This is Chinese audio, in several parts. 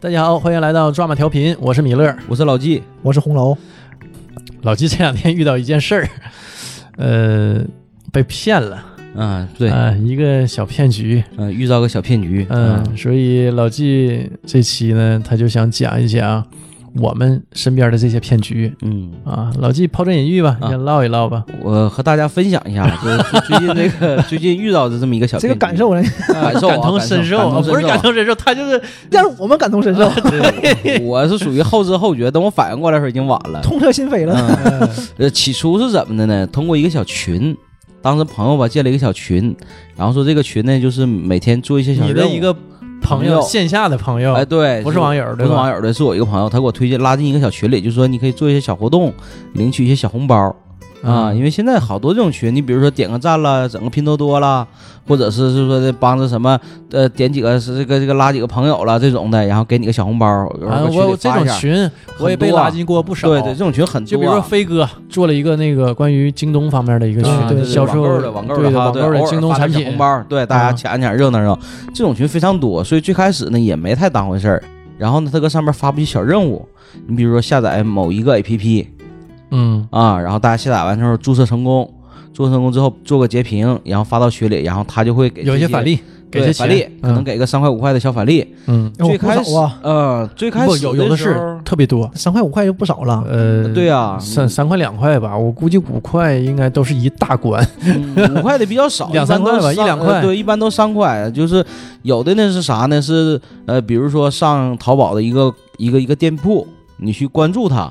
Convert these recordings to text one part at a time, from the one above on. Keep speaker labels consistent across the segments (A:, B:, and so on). A: 大家好，欢迎来到 drama 调频，我是米勒。
B: 我是老纪，
C: 我是红楼，
A: 老纪这两天遇到一件事儿，呃，被骗了，
B: 嗯，对，嗯、
A: 啊一个小骗局，
B: 遇到个小骗局，啊
A: 嗯，所以老纪这期呢，他就想讲一讲我们身边的这些骗局
B: 嗯，
A: 啊。老纪抛砖引玉吧，你
B: 啊
A: 先唠一唠吧。
B: 我和大家分享 一下，就是最近这个最近遇到的这么一个小骗
C: 这个
B: 局
C: 感受呢，
B: 啊感受啊
A: 感同身受
B: 感
A: 啊，
B: 同
A: 不是感
B: 受
A: 同身受，他就是
C: 让我们感同身受，
B: 嗯对， 我是属于后知后觉，等我反应过来的时候已经晚了。
C: 痛彻心扉了。
B: 嗯，呃，起初是怎么的呢？通过一个小群，当时朋友吧建了一个小群，然后说这个群呢就是每天做一些小
A: 你的
B: 任务
A: 一个朋
B: 朋友
A: 友，线下的朋友
B: 哎，，对，
A: 不是网友，
B: 不
A: 对
B: 是网
A: 吧？
B: 友的，是我一个朋友，他给我推荐拉进一个小群里，就说你可以做一些小活动，领取一些小红包。
A: 嗯
B: 啊，因为现在好多这种群，你比如说点个赞啦，整个拼多多啦，或者是是说的帮着什么，呃，点几个是这个这个拉几个朋友啦这种的，然后给你个小红包，有时
A: 啊，
B: 候
A: 我我
B: 去
A: 这
B: 发
A: 种
B: 一下。
A: 群我也被
B: 很多啊
A: 拉进过不少，
B: 对对，这种群很多啊。
A: 就比如说飞哥做了一个那个关于京东方面的一个群，
B: 啊对对对
A: 销售
B: 网购的网购
A: 对
B: 哈，
A: 网
B: 对
A: 购的
B: 偶尔
A: 京东
B: 发
A: 产
B: 点
A: 品
B: 小红，包，对大
A: 啊
B: 家抢抢热闹热闹。这种群非常多，所以最开始呢也没太当回事儿。然后呢，他搁上面发布一小任务，你比如说下载某一个 APP，
A: 嗯，
B: 啊，然后大家下载完之后注册成功，注册成功之后做个截屏，然后发到群里，然后他就会给
A: 有一些
B: 这
A: 返利，给些
B: 对返
A: 钱，
B: 利，可能
A: 嗯
B: 给个三块五块的小返利。
A: 嗯，
B: 最开
C: 不
B: 始
C: 少啊，
B: 呃，最开
A: 不
B: 始
A: 有有
B: 的
A: 的
B: 时
A: 是
B: 候，啊
A: 特别多，
C: 三块五块就不少了。
A: 呃，
B: 对啊
A: 三三块两块吧，我估计五块应该都是一大关，，
B: 嗯五块的比较少
A: 两
B: 一般
A: 三块
B: 都
A: 吧
B: 是
A: 一两
B: 呃
A: 块
B: 对，一般都三块。就是有的呢是啥呢？是呃，比如说上淘宝的一个一个一个店铺，你去关注它，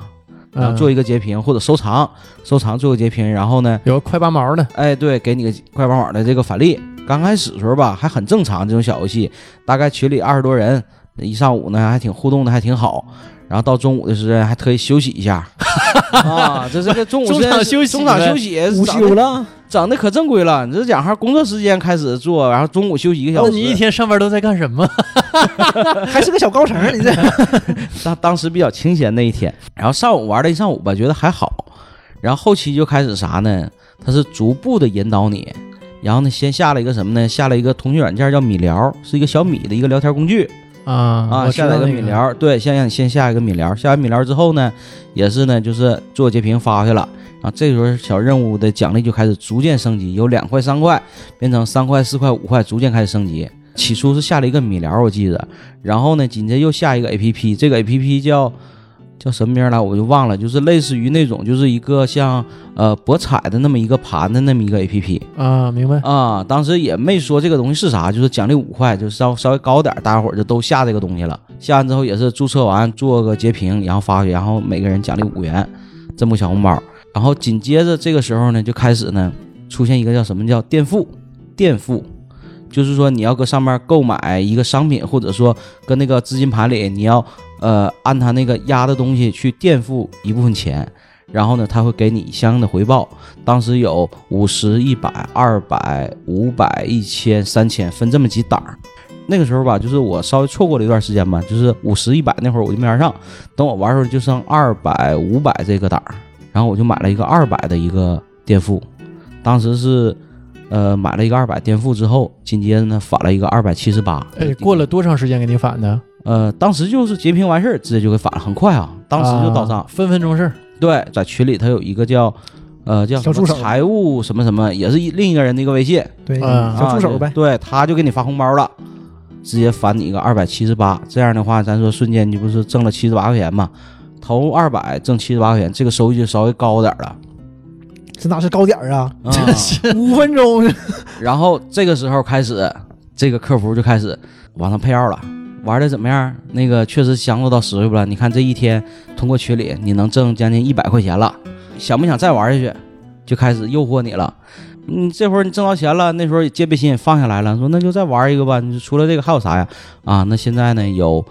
B: 然后
A: 嗯
B: 啊做一个截屏或者收藏，收藏做个截屏，然后呢，
A: 有个快八毛的，
B: 哎，对，给你个快帮网的这个返利。刚开始的时候吧，还很正常，这种小游戏，大概群里二十多人，一上午呢还挺互动的，还挺好。然后到中午的时候还特意休息一下， 啊，这这个中午
A: 中
B: 时间
A: 场
B: 是
A: 休息
B: 中场
A: 呗
B: 休息，
C: 午
B: 整
C: 休
B: 的
C: 了，
B: 整的可正规了。你这讲哈，工作时间开始做，然后中午休息一个小
A: 那
B: 时。
A: 你一天上班都在干什么？
C: 还是个小高层，你这
B: 嗯当当时比较清闲那一天，然后上午玩了一上午吧，觉得还好，然后后期就开始啥呢？它是逐步的引导你，然后呢，先下了一个什么呢？下了一个通讯软件叫米聊，是一个小米的一个聊天工具
A: 啊
B: 啊。
A: 啊
B: 下载一
A: 个
B: 米，聊，对，先让你先下一个米聊，下完米聊之后呢，也是呢，就是做截屏发去了。然后这时候小任务的奖励就开始逐渐升级，由两块、三块变成三块、四块、五块，逐渐开始升级。起初是下了一个米聊，我记得，然后呢，紧接着又下一个 A P P，这个 A P P 叫叫什么名儿来我就忘了，就是类似于那种就是一个像呃博彩的那么一个盘的那么一个 A P P
A: 啊，明白，
B: 啊，当时也没说这个东西是啥，就是奖励五块，就是稍稍微高点儿，大家伙儿就都下这个东西了。下完之后也是注册完做个截屏，然后发去，然后每个人奖励五元这么个小红包。然后紧接着这个时候呢，就开始呢出现一个叫什么叫垫付，垫付。就是说，你要搁上面购买一个商品，或者说跟那个资金盘里，你要呃按他那个压的东西去垫付一部分钱，然后呢，他会给你相应的回报。当时有五十、一百、二百、五百、一千、三千，分这么几档儿。那个时候吧，就是我稍微错过了一段时间吧，就是五十、一百那会儿我就没玩上，等我玩的时候就剩二百、五百这个档儿，然后我就买了一个二百的一个垫付，当时是。呃，买了一个二百垫付之后，紧接着呢返了一个二百七十八。
A: 哎，过了多长时间给你返的？
B: 呃，当时就是截屏完事儿，直接就给返了，很快啊，当时就到账。
A: 啊分分钟事儿，
B: 对，在群里他有一个叫，呃，叫什
C: 小
B: 么
C: 助手
B: 财务什么什么，也是一另一个人的一个微信，
C: 对，
A: 啊
C: 小助手呗
B: 啊。对，他就给你发红包了，直接返你一个二百七十八，这样的话，咱说瞬间你不是挣了七十八块钱嘛？投二百挣七十八块钱，这个收益就稍微高点儿了。
C: 这哪是高点儿啊？
B: 啊、
C: 五 分钟，
B: 然后这个时候开始，这个客服就开始往上配药了。玩的怎么样？那个确实享受到实惠了。你看这一天通过群里，你能挣将近一百块钱了，想不想再玩下去？就开始诱惑你了。嗯，这会儿你挣到钱了，那时候也戒备心也放下来了，说那就再玩一个吧。你说除了这个还有啥呀？啊，那现在呢有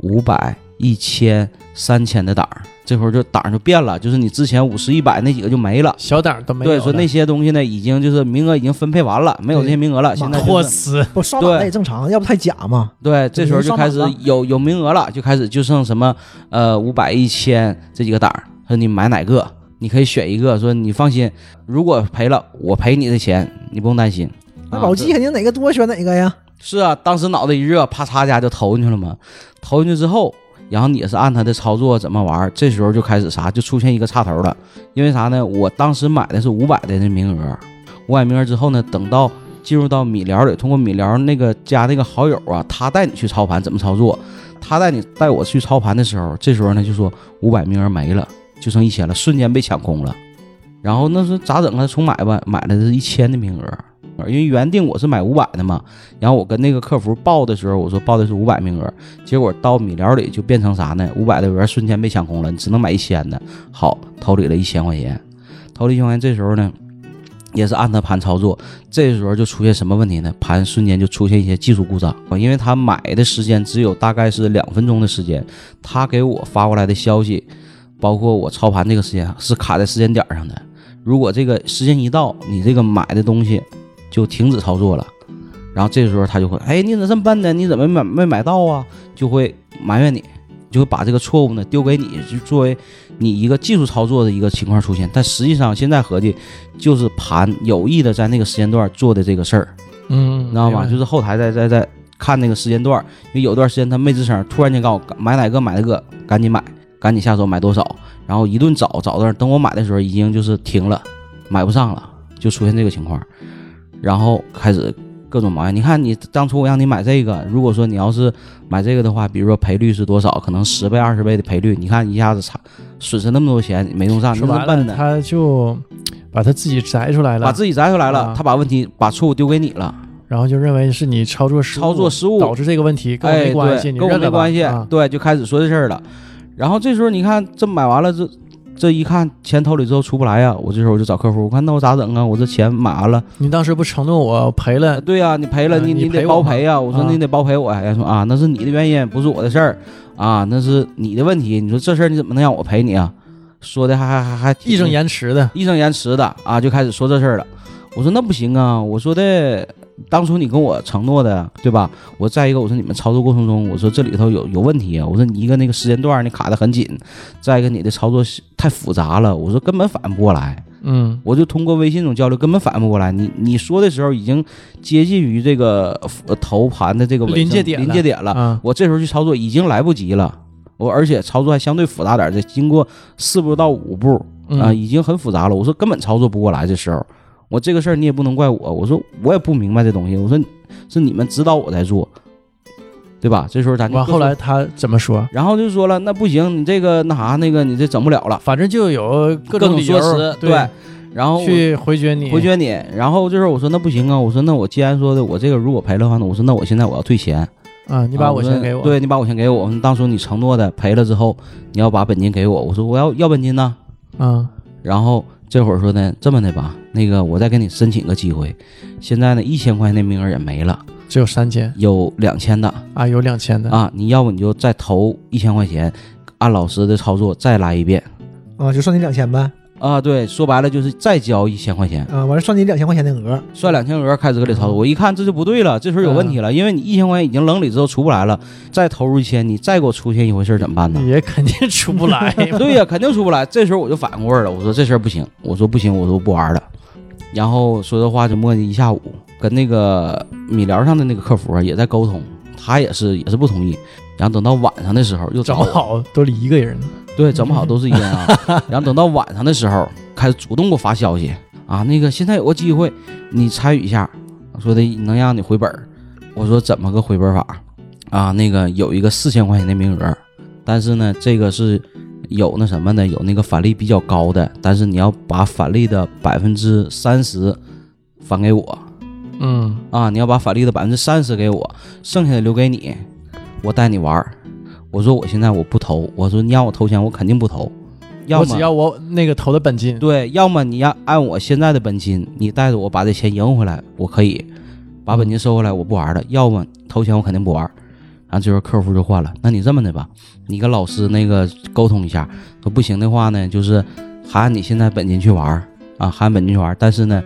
B: 五百、一千、三千的档儿，这会儿就档儿就变了，就是你之前五十、一百那几个就没了。
A: 小档都没有
B: 对，
A: 了。
B: 说那些东西呢，已经就是名额已经分配完了，没有这些名额了。现在、
A: 托
B: 就是、
A: 词，
C: 不刷满了也正常，要不太假嘛。
B: 对，这时候就开始
C: 已经上榜
B: 有有名额了，就开始就剩什么呃五百、一千这几个档儿，说你买哪个，你可以选一个。说你放心，如果赔了，我赔你的钱，你不用担心。
C: 那
B: 啊
C: 老纪肯定哪个多选哪个呀？
B: 是啊，当时脑袋一热，啪嚓一下就投进去了嘛。投进去之后，然后你也是按他的操作怎么玩儿，这时候就开始啥，就出现一个差头了。因为啥呢？我当时买的是五百的那名额，五百名额之后呢，等到进入到米聊里，通过米聊那个加那个好友啊，他带你去操盘怎么操作，他带你带我去操盘的时候，这时候呢就说五百名额没了，就剩一千了，瞬间被抢空了。然后那是咋整啊？重买吧，买的是一千的名额，因为原定我是买五百的嘛。然后我跟那个客服报的时候，我说报的是五百名额，结果到米聊里就变成啥呢？五百的额瞬间被抢空了，你只能买一千的。好，投里了一千块钱，投了一千块钱，这时候呢，也是按他盘操作，这时候就出现什么问题呢？盘瞬间就出现一些技术故障，因为他买的时间只有大概是两分钟的时间，他给我发过来的消息，包括我操盘这个时间是卡在时间点儿上的。如果这个时间一到，你这个买的东西就停止操作了。然后这时候他就会，哎，你怎么这么笨呢？你怎么没买没买到啊？就会埋怨你，就会把这个错误呢丢给你，就作为你一个技术操作的一个情况出现。但实际上现在合计，就是盘有意的在那个时间段做的这个事儿，
A: 嗯，
B: 你知道吗？就是是后台在在在看那个时间段，因为有段时间他没吱声，突然间告诉我买哪个买哪个，赶紧买，赶紧下手买多少，然后一顿找找到，等我买的时候已经就是停了，买不上了，就出现这个情况，然后开始各种埋怨。你看你当初我让你买这个，如果说你要是买这个的话，比如说赔率是多少，可能十倍二十倍的赔率，你看一下子差损失那么多钱，没弄上，你
A: 说
B: 怎么
A: 白
B: 办
A: 了，
B: 呢？
A: 他就把他自己摘出来
B: 把
A: 了，
B: 自己摘出来了
A: 啊，
B: 他把问题把错误丢给你了。
A: 然后就认为是你操作失误
B: 操作失误
A: 导致这个问题，跟我
B: 哎，
A: 没关系，
B: 对
A: 你
B: 跟我
A: 认
B: 没
A: 了吧
B: 关系，
A: 啊
B: 对，就开始说这事儿了。然后这时候你看，这买完了，这这一看钱掏里之后出不来呀、我这时候我就找客服，我看那我咋整啊？我这钱买完了，
A: 你当时不承诺我赔
B: 呃
A: 了，
B: 对呀、你赔了，
A: 嗯
B: 你
A: 你
B: 得
A: 赔我
B: 包
A: 吧
B: 赔呀、我说
A: 啊
B: 你得包赔我呀、人家说啊，那是你的原因，不是我的事儿啊，那是你的问题。你说这事儿你怎么能让我赔你啊？说的还还还还挺
A: 义正言辞的，
B: 义正言辞的啊，就开始说这事儿了。我说那不行啊，我说的，当初你跟我承诺的，对吧？我再一个，我说你们操作过程中，我说这里头有有问题啊，我说你一个那个时间段儿你卡得很紧，再一个你的操作是太复杂了，我说根本反应不过来，
A: 嗯，
B: 我就通过微信这种交流根本反应不过来。你你说的时候已经接近于这个呃头盘的这个尾声
A: 临界点了
B: 临界点了，
A: 啊，
B: 我这时候去操作已经来不及了，我而且操作还相对复杂点儿，得经过四步到五步，
A: 嗯
B: 啊，已经很复杂了。我说根本操作不过来，这时候我这个事儿你也不能怪我，我说我也不明白这东西，我说是你们指导我在做，对吧？这时候咱就
A: 完
B: 各
A: 后来
B: 说，
A: 他怎么说？
B: 然后就说了，那不行，你这个那啥那个你这整不了了，
A: 反正就有各
B: 各种
A: 理由
B: 说辞，
A: 对，
B: 然后我
A: 去回绝你，
B: 回绝你，然后就是我说那不行啊，我说那我既然说的我这个如果赔了的话，那我说那我现在我要退钱，
A: 啊，你把
B: 啊
A: 我
B: 说
A: 钱给我，
B: 对你把我钱给我，当初你承诺的赔了之后你要把本金给我，我说我要要本金呢，
A: 啊，
B: 然后这会儿说呢，这么的吧，那个我再给你申请个机会。现在呢，一千块钱的名额也没了，
A: 只有三千
B: 有两千的
A: 啊，有两千的，
B: 啊，你要不你就再投一千块钱，按老师的操作再来一遍
C: 啊，就算你两千呗，
B: 啊。对，说白了就是再交一千块钱，
C: 啊，完了算你两千块钱的额，
B: 算两千额开始搁里操作。我一看这就不对了，这时候有问题了，因为你一千块钱已经扔里之后出不来了，再投入一千，你再给我出现一回事儿怎么办呢？，
A: 也肯定出不来
B: 对呀、肯定出不来。这时候我就反应过味儿了，我说这事儿不行，我说不行，我说不玩了。然后说实话就磨叽一下午，跟那个米聊上的那个客服啊也在沟通，他也是也是不同意。然后等到晚上的时候又
A: 找
B: 我
A: 不好都是一个人，
B: 对，整不好都是烟啊。然后等到晚上的时候，开始主动给我发消息啊，那个现在有个机会，你参与一下，说的能让你回本儿。我说怎么个回本儿法啊？那个有一个四千块钱的名额，但是呢，这个是有那什么的，有那个返利比较高的，但是你要把返利的百分之三十返给我
A: 嗯，
B: 啊，你要把返利的百分之三十给我，剩下的留给你，我带你玩儿。我说我现在我不投，我说你让我投钱，我肯定不投。要
A: 我
B: 么
A: 只要我那个投的本金，
B: 对，要么你要按我现在的本金，你带着我把这钱赢回来，我可以把本金收回来，我不玩了。要么投钱我肯定不玩。然后这时候客服就换了，那你这么的吧，你跟老师那个沟通一下，说不行的话呢，就是还按你现在本金去玩儿啊，还按本金去玩儿。但是呢，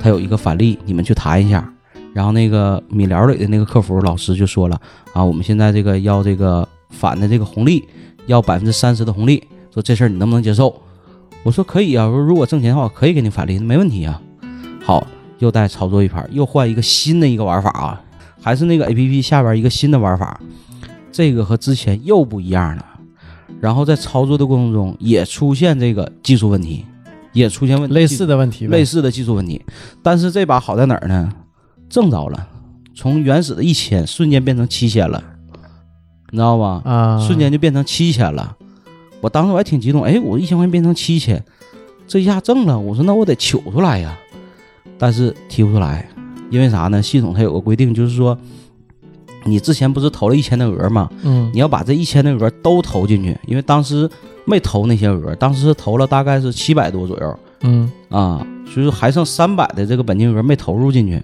B: 他有一个返利，你们去谈一下。然后那个米聊里的那个客服老师就说了啊，我们现在这个要这个返的这个红利，要百分之三十的红利，说这事儿你能不能接受？我说可以啊，我说如果挣钱的话，我可以给你返利，没问题啊。好，又带操作一盘，又换一个新的一个玩法啊，还是那个 APP 下边一个新的玩法，这个和之前又不一样了。然后在操作的过程中也出现这个技术问题，也出现问
A: 类似的问题呗
B: 类。似的技术问题。但是这把好在哪儿呢？挣着了，从原始的一千瞬间变成七千了，你知道吧？
A: 啊，
B: 瞬间就变成七千了。我当时我还挺激动，哎，我一千块钱变成七千，这一下挣了。我说那我得取出来呀，但是提不出来，因为啥呢？系统它有个规定，就是说你之前不是投了一千的额吗？
A: 嗯
B: 你要把这一千的额都投进去，因为当时没投那些额，当时投了大概是七百多左右
A: 嗯
B: 啊，所以说还剩三百的这个本金额没投入进去，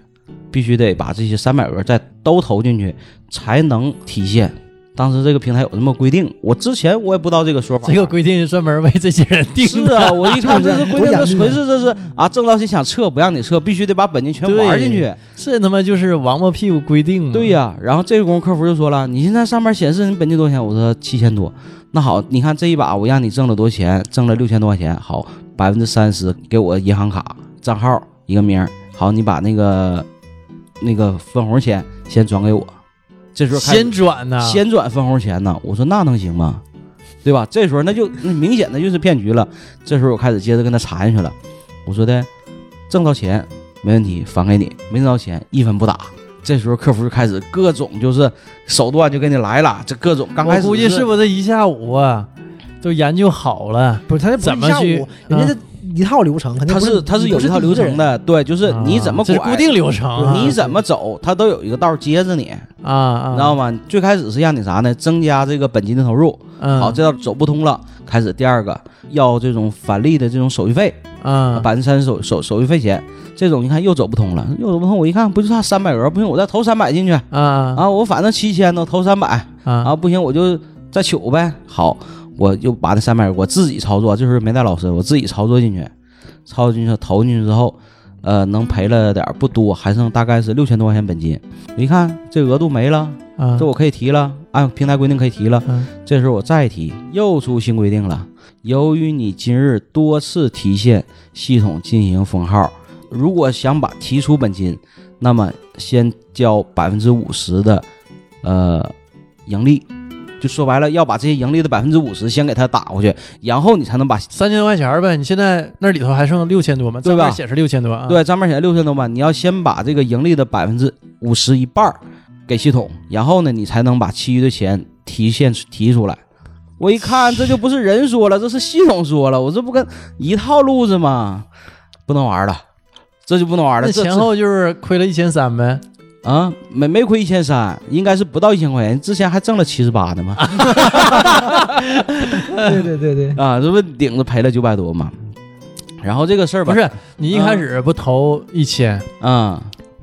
B: 必须得把这些三百额再都投进去才能提现。当时这个平台有这么规定，我之前我也不知道这个说法。啊
A: 这个规定是专门为这些人定
B: 是
A: 的。
B: 啊，我一 看这是规定，
C: 我
B: 这
C: 养你
B: 纯是这是啊，挣到钱想撤不让你撤，必须得把本金全玩进去。
A: 这他妈就是王八屁股规定啊嘛。
B: 对呀、然后这个功夫客服就说了，你现在上面显示你本金多少钱？我说七千多。那好，你看这一把我让你挣了多少钱？挣了六千多块钱。好，百分之三十给我银行卡账号一个名儿。好，你把那个那个分红钱先转给我。这时候开始
A: 先转呐，
B: 先转分红钱呢？我说那能行吗？对吧？这时候那就那明显的就是骗局了。这时候我开始接着跟他缠下去了。我说的，挣到钱没问题，返给你；没挣到钱一分不打。这时候客服就开始各种就是手段就给你来了，这各种刚开
A: 我
B: 始
A: 估计
B: 是
A: 是不是一下午啊，都研究好了。
C: 不是，他这不
A: 怎
C: 是
A: 么
C: 一下
A: 去啊
C: 午，人
B: 嗯
C: 家这一套流程，肯定
B: 他
C: 不
B: 是他
C: 你
B: 是
C: 不
B: 有一套
C: 第
B: 流
C: 个
B: 程
C: 人。
B: 的，对，就是你怎么
A: 啊这
B: 拐，
A: 是固定流程啊，
B: 你怎么走，他都有一个道接着你，
A: 啊啊，
B: 你知道吗？最开始是让你啥呢？增加这个本金的投入，
A: 嗯？
B: 好，这道走不通了，开始第二个要这种返利的这种手续费，
A: 啊，
B: 百分之三十手手手续费钱，这种你看又走不通了，又走不通。我一看不就差三百额，不行，我再投三百进去
A: 啊
B: 啊，我反正七千呢，投三百
A: 啊
B: 啊，不行我就再取呗。好，我就把这三百我自己操作，这时候没带老师，我自己操作进去，操作进去投进去之后，呃，能赔了点儿不多，还剩大概是六千多块钱本金。我一看这额度没了，
A: 啊！
B: 这我可以提了，按平台规定可以提了。
A: 嗯
B: 这时候我再提，又出新规定了。由于你今日多次提现，系统进行封号。如果想把提出本金，那么先交百分之五十的呃盈利，就说白了要把这些盈利的百分之五十先给它打回去，然后你才能把
A: 三千多块钱呗，你现在那里头还剩六千多吗？
B: 对吧
A: 账面显示六千多啊。嗯
B: 对，账面写六千多万，你要先把这个盈利的百分之五十一半儿给系统，然后呢，你才能把其余的钱提现提出来。我一看，这就不是人说了，这是系统说了，我这不跟一套路子吗？不能玩儿了，这就不能玩儿了。
A: 那
B: 这
A: 前
B: 这
A: 后就是亏了一千三呗，
B: 啊，没没亏一千三，应该是不到一千块钱，之前还挣了七十八呢嘛。
A: 啊
C: 对对 对对，
B: 啊，这不顶着赔了九百多嘛。然后这个事儿吧，
A: 不是你一开始不投一千、
B: 嗯，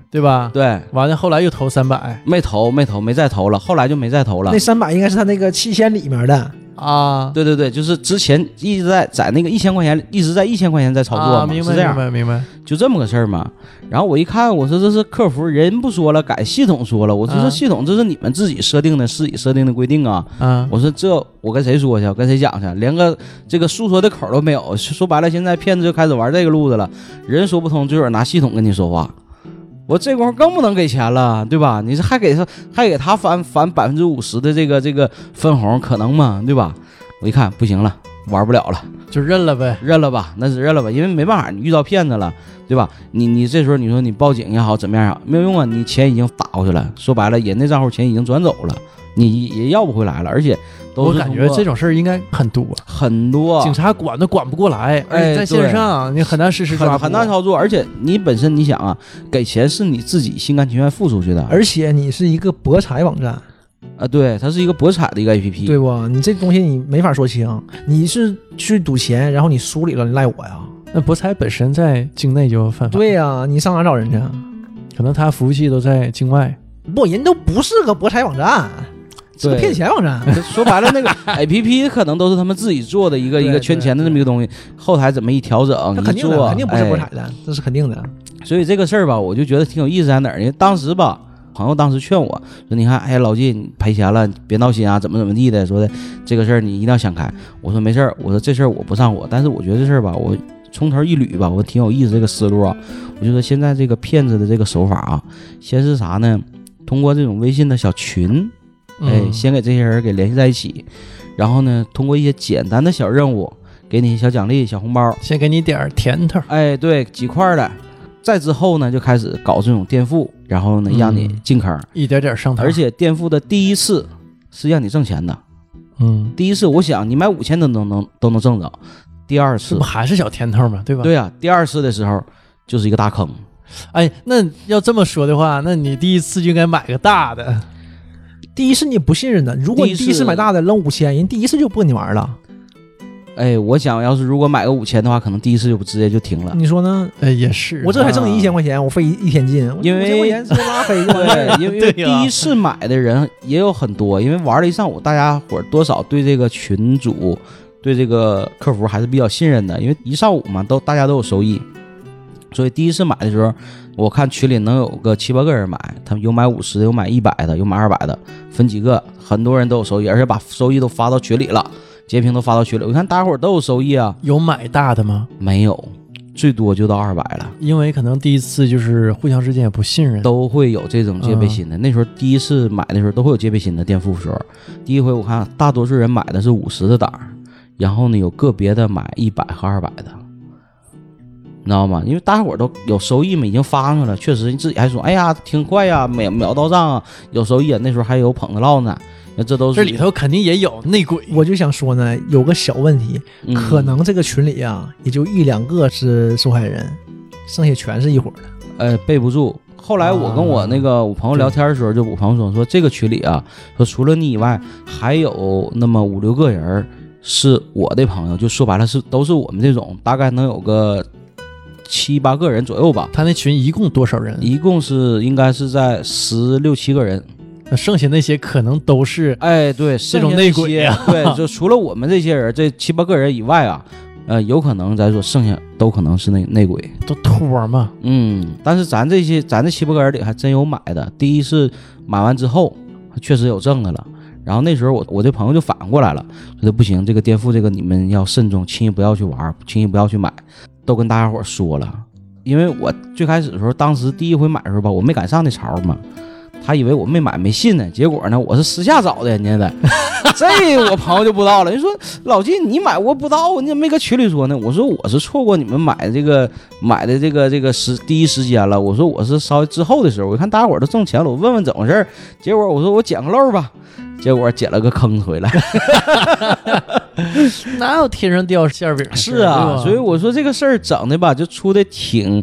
A: 对吧？
B: 对，
A: 完了后来又投三百
B: 没投，没投，没再投了，后来就没再投了
C: 那。三百应该是他那个七千里面的，
A: 啊，
B: 对对对，就是之前一直在在那个一千块钱，一直在一千块钱在操作
A: 啊，
B: 嘛，
A: 明白
B: 是这
A: 明
B: 样，
A: 白明白。
B: 就这么个事儿嘛。然后我一看，我说这是客服人不说了，改系统说了。我说这
A: 啊
B: 系统这是你们自己设定的，自己设定的规定啊。
A: 啊，
B: 我说这我跟谁说去？我跟谁讲去？连个这个诉说的口儿都没有。说白了，现在骗子就开始玩这个路子了，人说不通，就得拿系统跟你说话。我这功夫更不能给钱了，对吧？你这还给他还给他返返百分之五十的这个这个分红，可能吗？对吧？我一看不行了，玩不了了。
A: 就认了呗。
B: 认了吧，那是认了吧，因为没办法，你遇到骗子了，对吧？你你这时候你说你报警也好，怎么样也好，没有用啊，你钱已经打过去了，说白了，人那账户钱已经转走了，你也要不回来了，而且都
A: 我
B: 是
A: 感觉
B: 通过
A: 这种事儿应该很多，
B: 很多
A: 警察管都管不过来，而且在线上哎你很难实施抓捕
B: 很很难操作，而且你本身你想啊，给钱是你自己心甘情愿付出去的，
C: 而且你是一个博彩网站，
B: 啊，对，它是一个博彩的一个 A P P，
C: 对不？你这东西你没法说清，你是去赌钱，然后你输里了，你赖我呀？
A: 那博彩本身在境内就犯法，
C: 对呀、你上哪找人去？
A: 可能他服务器都在境外。
C: 不，人都不是个博彩网站，是个
B: 对
C: 骗钱网站。
B: 说白了，那个 A P P 可能都是他们自己做的一个一个
C: 对
B: 圈
C: 对
B: 钱的这么一个东西，后台怎么一调整
C: 那
B: 一
C: 肯定的，
B: 做，
C: 肯定不是博
B: 哎
C: 彩的，这是肯定的。
B: 所以这个事儿吧，我就觉得挺有意思在哪儿呢？因为当时吧，朋友当时劝我说：“你看，哎，老季，你赔钱了，你别闹心啊，怎么怎么地的。”说的这个事儿你一定要想开。我说没事儿，我说这事儿我不上火，但是我觉得这事儿吧，我从头一捋吧，我挺有意思这个思路啊。我就说现在这个骗子的这个手法啊，先是啥呢？通过这种微信的小群，哎，
A: 嗯
B: 先给这些人给联系在一起，然后呢，通过一些简单的小任务，给你小奖励、小红包，
A: 先给你点儿甜头，
B: 哎，对，几块儿的。再之后呢，就开始搞这种垫付，然后呢，让你
A: 嗯
B: 进坑，
A: 一点点上头，
B: 而且垫付的第一次是让你挣钱的。
A: 嗯，
B: 第一次，我想你买五千都能能都能挣着，第二
A: 这
B: 次
A: 不，还是小甜头嘛，对吧？
B: 对呀、啊第二次的时候就是一个大坑，
A: 哎，那要这么说的话，那你第一次就应该买个大的，
C: 第一是你也不信任的，如果你
B: 第
C: 第
B: 一
C: 一
B: 次
C: 次买大的扔五千，人第一次就不跟你玩了，
B: 哎，我想要是如果买个五千的话，可能第一次就不直接就停了。
C: 你说呢？
A: 哎，也是，
C: 我这还挣你一千块钱，我费一一天劲，我
B: 啊因为
C: 五千块钱直接拉黑就完事儿 了。
B: 对，因为因
A: 对
B: 为
A: 呀
B: 第一次买的人也有很多，因为玩了一上午，大家伙儿多少对这个群主、对这个客服还是比较信任的，因为一上午嘛，都大家都有收益，所以第一次买的时候，我看群里能有个七八个人买，他们有买五十的，有买一百的，有买二百的，分几个，很多人都有收益，而且把收益都发到群里了，截屏都发到群里，我看大家伙儿都有收益啊，
A: 有买大的吗？
B: 没有，最多就到二百了。
A: 因为可能第一次就是互相之间也不信任，
B: 都会有这种戒
A: 嗯
B: 备心的。那时候第一次买的时候都会有戒备心的垫付时候，第一回我看大多数人买的是五十的档儿，然后呢有个别的买一百和二百的，你知道吗？因为大家伙都有收益嘛，已经发上去了，确实你自己还说哎呀挺快呀，秒秒到账啊，有收益啊。那时候还有捧个唠呢，那这都是
A: 这里头肯定也有内鬼，
C: 我就想说呢，有个小问题，
B: 嗯
C: 可能这个群里啊，也就一两个是受害人，剩下全是一伙儿的。
B: 呃备不住。后来我跟我那个我朋友聊天的时候，就我朋友说说这个群里啊，说除了你以外，还有那么五六个人儿是我的朋友，就说白了是都是我们这种，大概能有个七八个人左右吧。
A: 他那群一共多少人？
B: 一共是应该是在十六七个人，
A: 那剩下那些可能都是
B: 哎，对，
A: 这种内鬼
B: 啊，对，就除了我们这些人这七八个人以外啊，呃，有可能咱说剩下都可能是内内鬼，
A: 都托嘛，
B: 嗯，但是咱这些咱这七八个人里还真有买的。第一是买完之后确实有挣的了，然后那时候我我这朋友就反应过来了，说不行，这个颠覆这个你们要慎重，轻易不要去玩，轻易不要去买，都跟大家伙说了。因为我最开始的时候，当时第一回买的时候吧，我没赶上那潮嘛，他以为我没买没信呢，结果呢，我是私下找的人家的，这我朋友就不知道了。人家说老季你买我不知道，你怎么没搁群里说呢？我说我是错过你们买这个买的这个这个时第一时间了。我说我是稍微之后的时候，我看大家伙儿都挣钱了，我问问怎么回事儿。结果我说我捡个漏儿吧， 结果捡了个坑回来。
A: 哪有天上掉馅饼的事儿？
B: 是
A: 对
B: 啊，
A: 吧
B: 所以我说这个事儿整的吧，就出的挺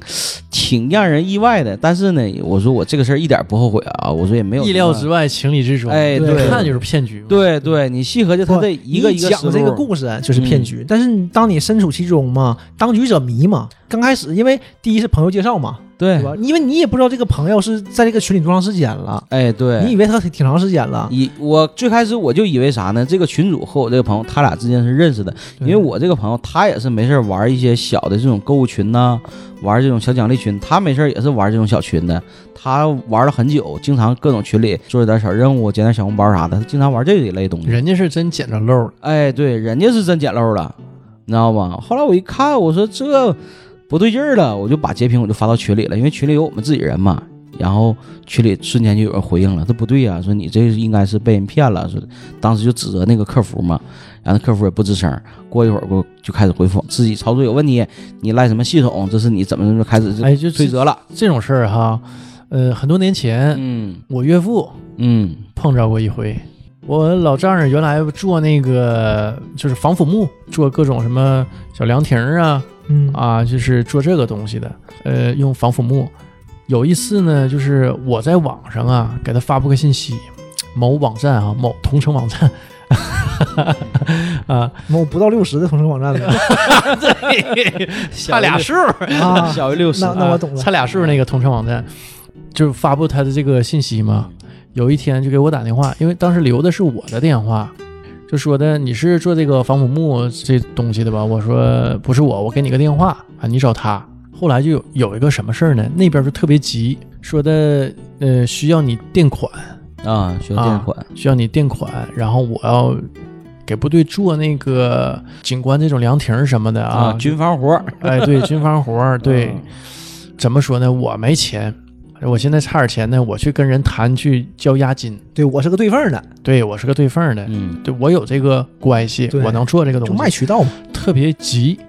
B: 挺让人意外的。但是呢，我说我这个事儿一点不后悔啊，我说也没有
A: 意料之
B: 外。
A: 外，情理之中，
B: 哎，
C: 对
B: 对，
A: 看就是骗局嘛。
B: 对对，你细合计他
C: 不
B: 这一个
C: 你
B: 一个
C: 讲
B: 思
C: 这
B: 路嗯
C: 个故事就是骗局，但是当你身处其中嘛，当局者迷嘛。刚开始因为第一是朋友介绍嘛，
B: 对
C: 对，吧？因为你也不知道这个朋友是在这个群里多长时间了，
B: 哎对，
C: 你以为他挺长时间了，
B: 以我最开始我就以为啥呢？这个群主和我这个朋友，他俩之间是认识的，因
C: 对
B: 为我这个朋友他也是没事儿玩一些小的这种购物群呐、玩这种小奖励群，他没事儿也是玩这种小群的，他玩了很久，经常各种群里做一点小任务，捡点小红包啥的，他经常玩这一类东西。
A: 人家是真捡着漏了，
B: 哎，对，人家是真捡漏了，你知道吗？后来我一看，我说这不对劲儿了，我就把截屏我就发到群里了，因为群里有我们自己人嘛。然后群里瞬间就有人回应了，这不对呀、说你这应该是被人骗了，说当时就指责那个客服嘛，然后那客服也不吱声。过一会儿，我就开始回复自己操作有问题，你赖什么系统？这是你怎么怎么开始就
A: 哎，就
B: 追责了？
A: 这种事儿哈，呃，很多年前
B: 嗯
A: 我岳父
B: 嗯
A: 碰着过一回。我老丈人原来做那个就是防腐木，做各种什么小凉亭儿啊
C: 嗯，
A: 啊，就是做这个东西的，呃，用防腐木。有一次呢，就是我在网上啊给他发布个信息，某网站啊，某同城网 站，啊，
C: 某不到六十的同城网 站了
A: 对，差俩数，
C: 啊，
B: 小于六十
C: 那那我懂了
A: 差俩数那个同城网站，就是发布他的这个信息嘛。有一天就给我打电话，因为当时留的是我的电话，就说的你是做这个防腐木这东西的吧？我说不是我，我给你个电话啊，你找他。后来就有有一个什么事儿呢？那边就特别急，说的呃需要你垫款，
B: 啊，需要垫款，
A: 需要你垫款，然后我要给部队做那个景观这种凉亭儿什么的
B: 啊，
A: 啊，
B: 军防活儿
A: 哎对，军方活儿对。
B: 嗯
A: 怎么说呢？我没钱，我现在差点钱呢，我去跟人谈去交押金，
C: 对我是个对缝儿的，
A: 对我是个对缝儿的，
B: 嗯，
A: 对我有这个关系，
C: 对
A: 我能做这个东
C: 就
A: 西，
C: 卖渠道嘛。
A: 特别急，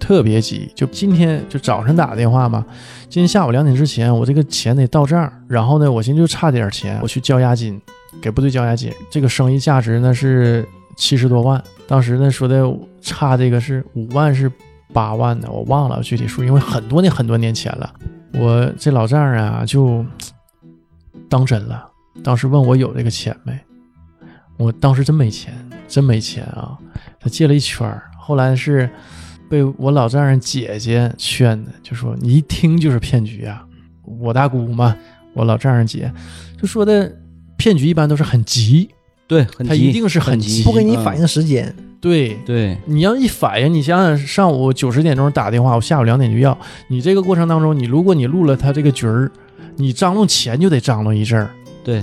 A: 特别急。就今天就早上打电话嘛，今天下午两点之前我这个钱得到账，然后呢，我寻思就差点钱，我去交押金，给部队交押金。这个生意价值呢是七十多万，当时呢说的差这个是五万是八万的，我忘了具体数，因为很多年很多年前了。我这老丈人啊就当真了，当时问我有这个钱没，我当时真没钱，真没钱啊。他借了一圈儿，后来是被我老丈人姐姐劝的，就说你一听就是骗局啊。我大姑嘛，我老丈人姐就说的骗局一般都是很急，
B: 对，很
A: 他
B: 急
A: 一定是很急
C: 不给你
B: 嗯
C: 反应时间，
A: 对。
B: 对，
A: 你要一反应，你想想上午九十点钟打电话，我下午两点就要。你这个过程当中，你如果你录了他这个局儿，你张罗钱就得张罗一阵儿
B: 对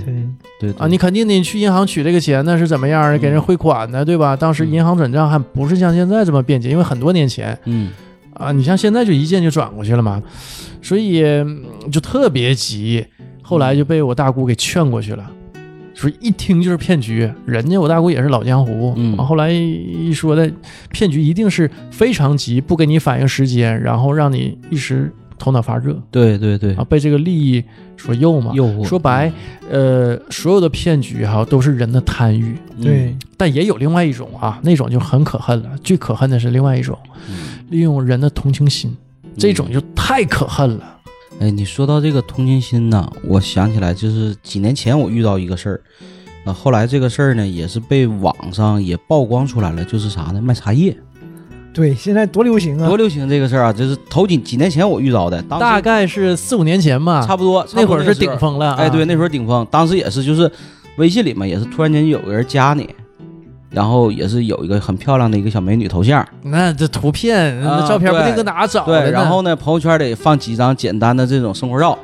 B: 对
C: 对，
A: 啊。你肯定得去银行取这个钱呢，是怎么样的？给人汇款呢，对吧？当时银行转账还不是像现在这么便捷，因为很多年前
B: 嗯，
A: 啊，你像现在就一键就转过去了嘛，所以嗯就特别急。后来就被我大姑给劝过去了，说一听就是骗局。人家我大姑也是老江湖，
B: 嗯
A: 啊后来一说的骗局一定是非常急，不给你反应时间，然后让你一时头脑发热
B: 对对对
A: 啊，，被这个利益所诱嘛。
B: 诱惑
A: 说白，呃，所有的骗局哈、都是人的贪欲，
B: 嗯
C: 对，
A: 但也有另外一种啊，那种就很可恨了。最可恨的是另外一种，
B: 嗯
A: 利用人的同情心。这种就太可恨了。
B: 哎，你说到这个同情心呐，我想起来就是几年前我遇到一个事儿，啊，后来这个事儿呢也是被网上也曝光出来了，就是啥呢，卖茶叶
C: 对，现在多流行啊
B: 多！流行这个事儿啊，就是头几几年前我遇到的，当时
A: 大概是四五年前吧，
B: 嗯差不多
A: 那会儿是
B: 顶
A: 顶
B: 峰。
A: 峰啊了、
B: 哎，对，，那时候顶峰，当时也是就是微信里嘛，也是突然间有个人加你，然后也是有一个很漂亮的一个小美女头像，
A: 那这图片、
B: 啊
A: 那照片不定
B: 对
A: 搁哪找的
B: 对，
A: 呢
B: 然后呢，朋友圈里放几张简单的这种生活照，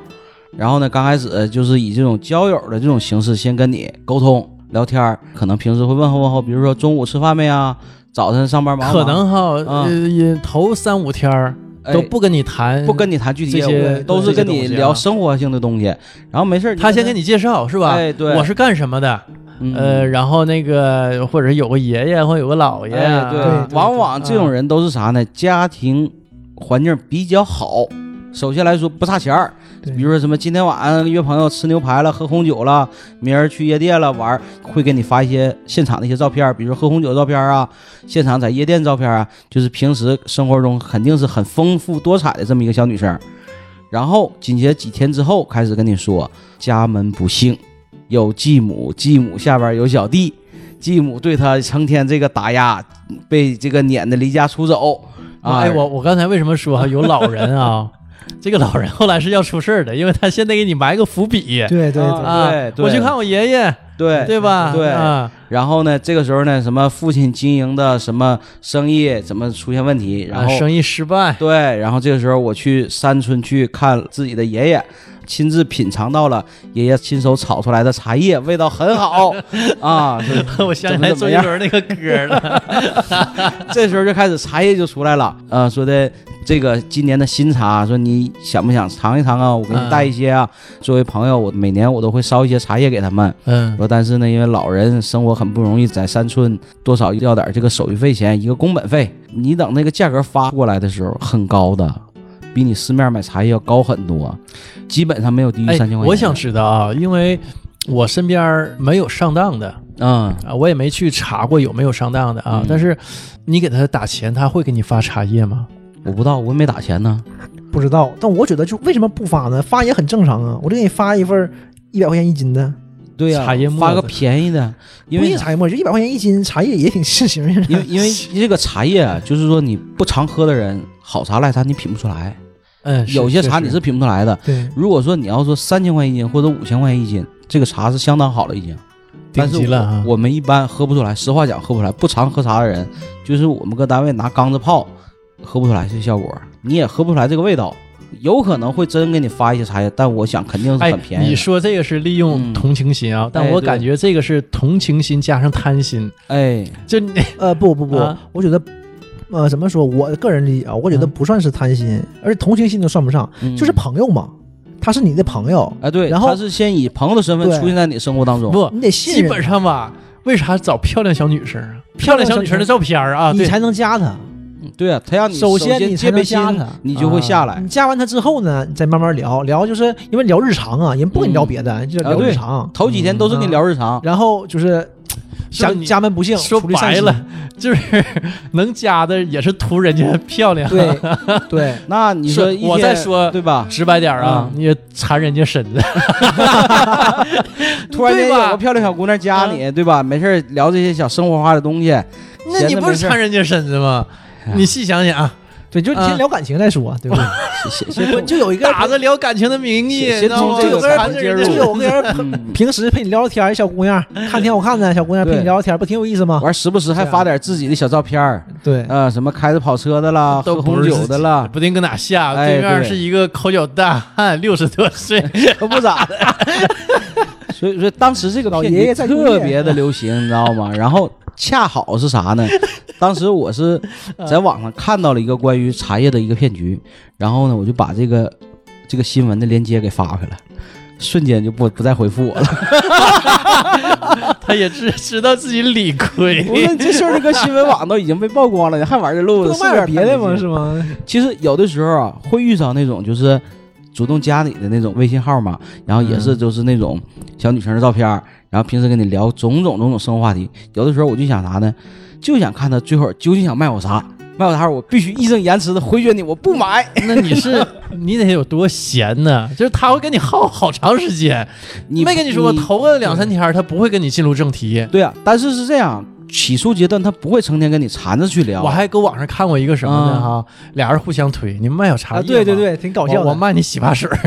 B: 然后呢，刚开始就是以这种交友的这种形式先跟你沟通聊天儿，可能平时会问候问候，比如说中午吃饭没啊，早晨上班忙不
A: 可
B: 忙
A: 能哈，
B: 啊
A: 呃，也头三五天儿
B: 哎
A: 都不跟你谈，
B: 不跟你谈具体业
A: 这些
B: 务，都是跟你
A: 这些
B: 聊
A: 东西啊
B: 生活性的东西，然后没事儿
A: 他先给
B: 你
A: 你介绍是
B: 就跟
A: 吧？
B: 哎，对，
A: 我是干什么的？
B: 嗯
A: 呃，然后那个或者有个爷爷或者有个姥爷啊，
B: 哎，
C: 对对嗯
B: 往往这种人都是啥呢？家庭环境比较好，首先来说不差钱儿。
C: 对
B: 比如说什么，今天晚上约朋友吃牛排了，喝红酒了，明儿去夜店了玩儿，会给你发一些现场的一些照片儿，比如说喝红酒的照片儿啊，现场在夜店照片儿啊，就是平时生活中肯定是很丰富多彩的这么一个小女生。然后紧接着几天之后开始跟你说家门不幸，有继母，继母下边有小弟，继母对他成天这个打压，被这个撵得离家出走啊。
A: 哎，我我刚才为什么 说有老人啊？这个老人后来是要出事儿的，因为他先得给你埋个伏笔。
C: 对对对，
A: 啊
B: 对，对
A: 我去看我爷爷，
B: 对
A: 对吧？
B: 对
A: 啊，
B: 然后呢，这个时候呢，什么父亲经营的什么生意怎么出现问题，然
A: 啊
B: 后
A: 生意失败，
B: 对，然后这个时候我去山村去看自己的爷爷，亲自品尝到了爷爷亲手炒出来的茶叶，味道很好啊。是
A: 我想起来周杰伦那个歌了。
B: 这时候就开始茶叶就出来了，呃，说的这个今年的新茶，说你想不想尝一尝啊？我给你带一些啊，作为朋友，我每年我都会烧一些茶叶给他们。
A: 嗯，
B: 说但是呢，因为老人生活很不容易，在山村多少要点这个手续费钱，一个工本费。你等那个价格发过来的时候，很高的，比你市面买茶叶要高很多，基本上没有低于
A: 哎
B: 三千块钱。，
A: 我想，知道啊，因为我身边儿没有上当的
B: 嗯，
A: 啊，我也没去查过有没有上当的啊。
B: 嗯
A: 但是你给他打钱，他会给你发茶叶吗？
B: 我不知道，我也没打钱呢。
C: 不知道，但我觉得就为什么不发呢？发也很正常啊，我就给你发一份一百块钱一斤的，
B: 对呀、
A: 茶叶沫子
B: 发个便宜的，因
C: 不
B: 为
C: 一茶叶沫，就一百块钱一斤，茶叶也挺 新型的。
B: 因为因为 这个茶叶啊，就是说你不常喝的人，好茶赖茶你品不出来，
A: 嗯，
B: 有些茶你是
A: 是
B: 品不出来的。
C: 对，
B: 如果说你要说三千块一斤或者五千块一斤，这个茶是相当好了已经。
A: 顶
B: 但是
A: 级了啊。
B: 我我们一般喝不出来，实话讲喝不出来。不常喝茶的人，就是我们搁单位拿缸子泡，喝不出来这效果，你也喝不出来这个味道。有可能会真给你发一些茶叶，但我想肯定是
A: 哎
B: 很，便宜
A: 你
B: 的。
A: 说这个是利
B: 嗯
A: 用同情心啊，但
B: 哎
A: 我
B: 对
A: 感觉这个是同情心加上贪心，
B: 哎，
A: 就你
C: 呃，不不不，
A: 啊
C: 我觉得，呃，怎么说？我个人理解啊，我觉得
A: 嗯
C: 不算是贪心，而且同情心都算不上，
B: 嗯
C: 就是朋友嘛。他是你的朋友，
B: 哎，对，
C: 然后
B: 他是先以朋友的身份
C: 对
B: 出现在你生活当 中，
A: 不，
C: 你得
A: 哦基
C: 信任
A: 本上吧。为啥找漂亮小女生啊？漂亮小女生的照片儿啊，
C: 你
A: 对，
C: 才能加他。
B: 对啊，他让你
C: 首先
B: 先
C: 你才
B: 戒
C: 能
B: 备心
C: 加他，
B: 你就会下
A: 哎
B: 来
A: 啊
C: 你。加完他之后呢，你再慢慢聊聊，就是因为聊日常啊，人不跟你
A: 嗯
C: 聊别的，就聊
B: 啊对
C: 日常。
B: 头几天都是跟你聊日常，
C: 然后就是
A: 是
C: 家
A: 你
C: 家门不幸，
A: 说
C: 处理善
A: 白
C: 心
A: 了， 就是能加的也是图人家漂亮。
C: 对对，
B: 那你说
A: 是
B: 一天
A: 我再说
B: 对吧？
A: 直白点儿啊，你也缠人家身 子，
B: 突然间
A: 对
B: 有
A: 吧嗯
B: 个漂亮小姑娘加你，对吧？没事儿聊这些小生活化的东西，
A: 那
B: 闲
A: 你
B: 着
A: 不
B: 没
A: 是
B: 事儿
A: 缠人家身子吗？你细想想啊，
C: 对，就是先
A: 啊
C: 聊感情再说，对 不对？
B: 写写写
C: 就有一个
A: 打着聊感情的名义，
B: 先
A: 你知道吗
B: 从这
A: 有
B: 个
A: 个
B: 开
A: 缠
B: 始
A: 着
B: 介
A: 人
B: 入
A: 家
C: 就
A: 身
C: 有个人
B: 嗯
C: 平时陪你聊聊天儿，小姑娘看挺好看的，小姑娘陪你
B: 对
C: 聊聊天儿，不挺有意思吗？
B: 完时不时还
C: 这样
B: 发点自己的小照片儿，
C: 对，
B: 啊，什么开着跑车的啦，
A: 都
B: 喝
A: 不
B: 红
A: 是
B: 酒
A: 自
B: 的
A: 己
B: 啦，
A: 不定搁哪下，对
B: 哎
A: 面
B: 对
A: 是一个抠脚大汉， 六十多岁，
B: 都不咋的。 所以说，当时这个
C: 老
B: 片
C: 爷爷
B: 子
C: 在
B: 特
C: 工
B: 别
C: 业
B: 的流行，你知道吗？然后恰好是啥呢？当时我是
A: 嗯
B: 在网上看到了一个关于茶叶的一个骗局，然后呢，我就把这个这个新闻的链接给发回来，瞬间就不不再回复我了。
A: 他也知知道自己理亏
B: 我。说这事儿，这个新闻网都已经被曝光了，你还玩这路
C: 不
B: 子？
C: 能卖点别的吗？是
B: 吗？
C: 吗？啊
B: 其实有的时候啊，会遇上那种就是主动加你的那种微信号嘛，然后也是就是那种小女生的照片儿，然后平时跟你聊种种种种生活话题。有的时候我就想啥呢，就想看她最后究竟想卖我啥。卖我啥？我必须义正言辞的回绝你，我不买。
A: 那你 是你得有多闲呢？就是他会跟你耗好长时间。
B: 你
A: 没跟你说，我头个两三天儿，他不会跟你进入正题。
B: 对啊，但是是这样，起诉阶段他不会成天跟你缠着去聊。
A: 我还搁网上看过一个什么呢？
B: 嗯
A: 哈，俩人互相推，你们卖小茶叶
C: 啊，
A: 吗
C: 对对，对，挺搞笑
A: 我我
C: 的。
A: 卖你洗发水儿，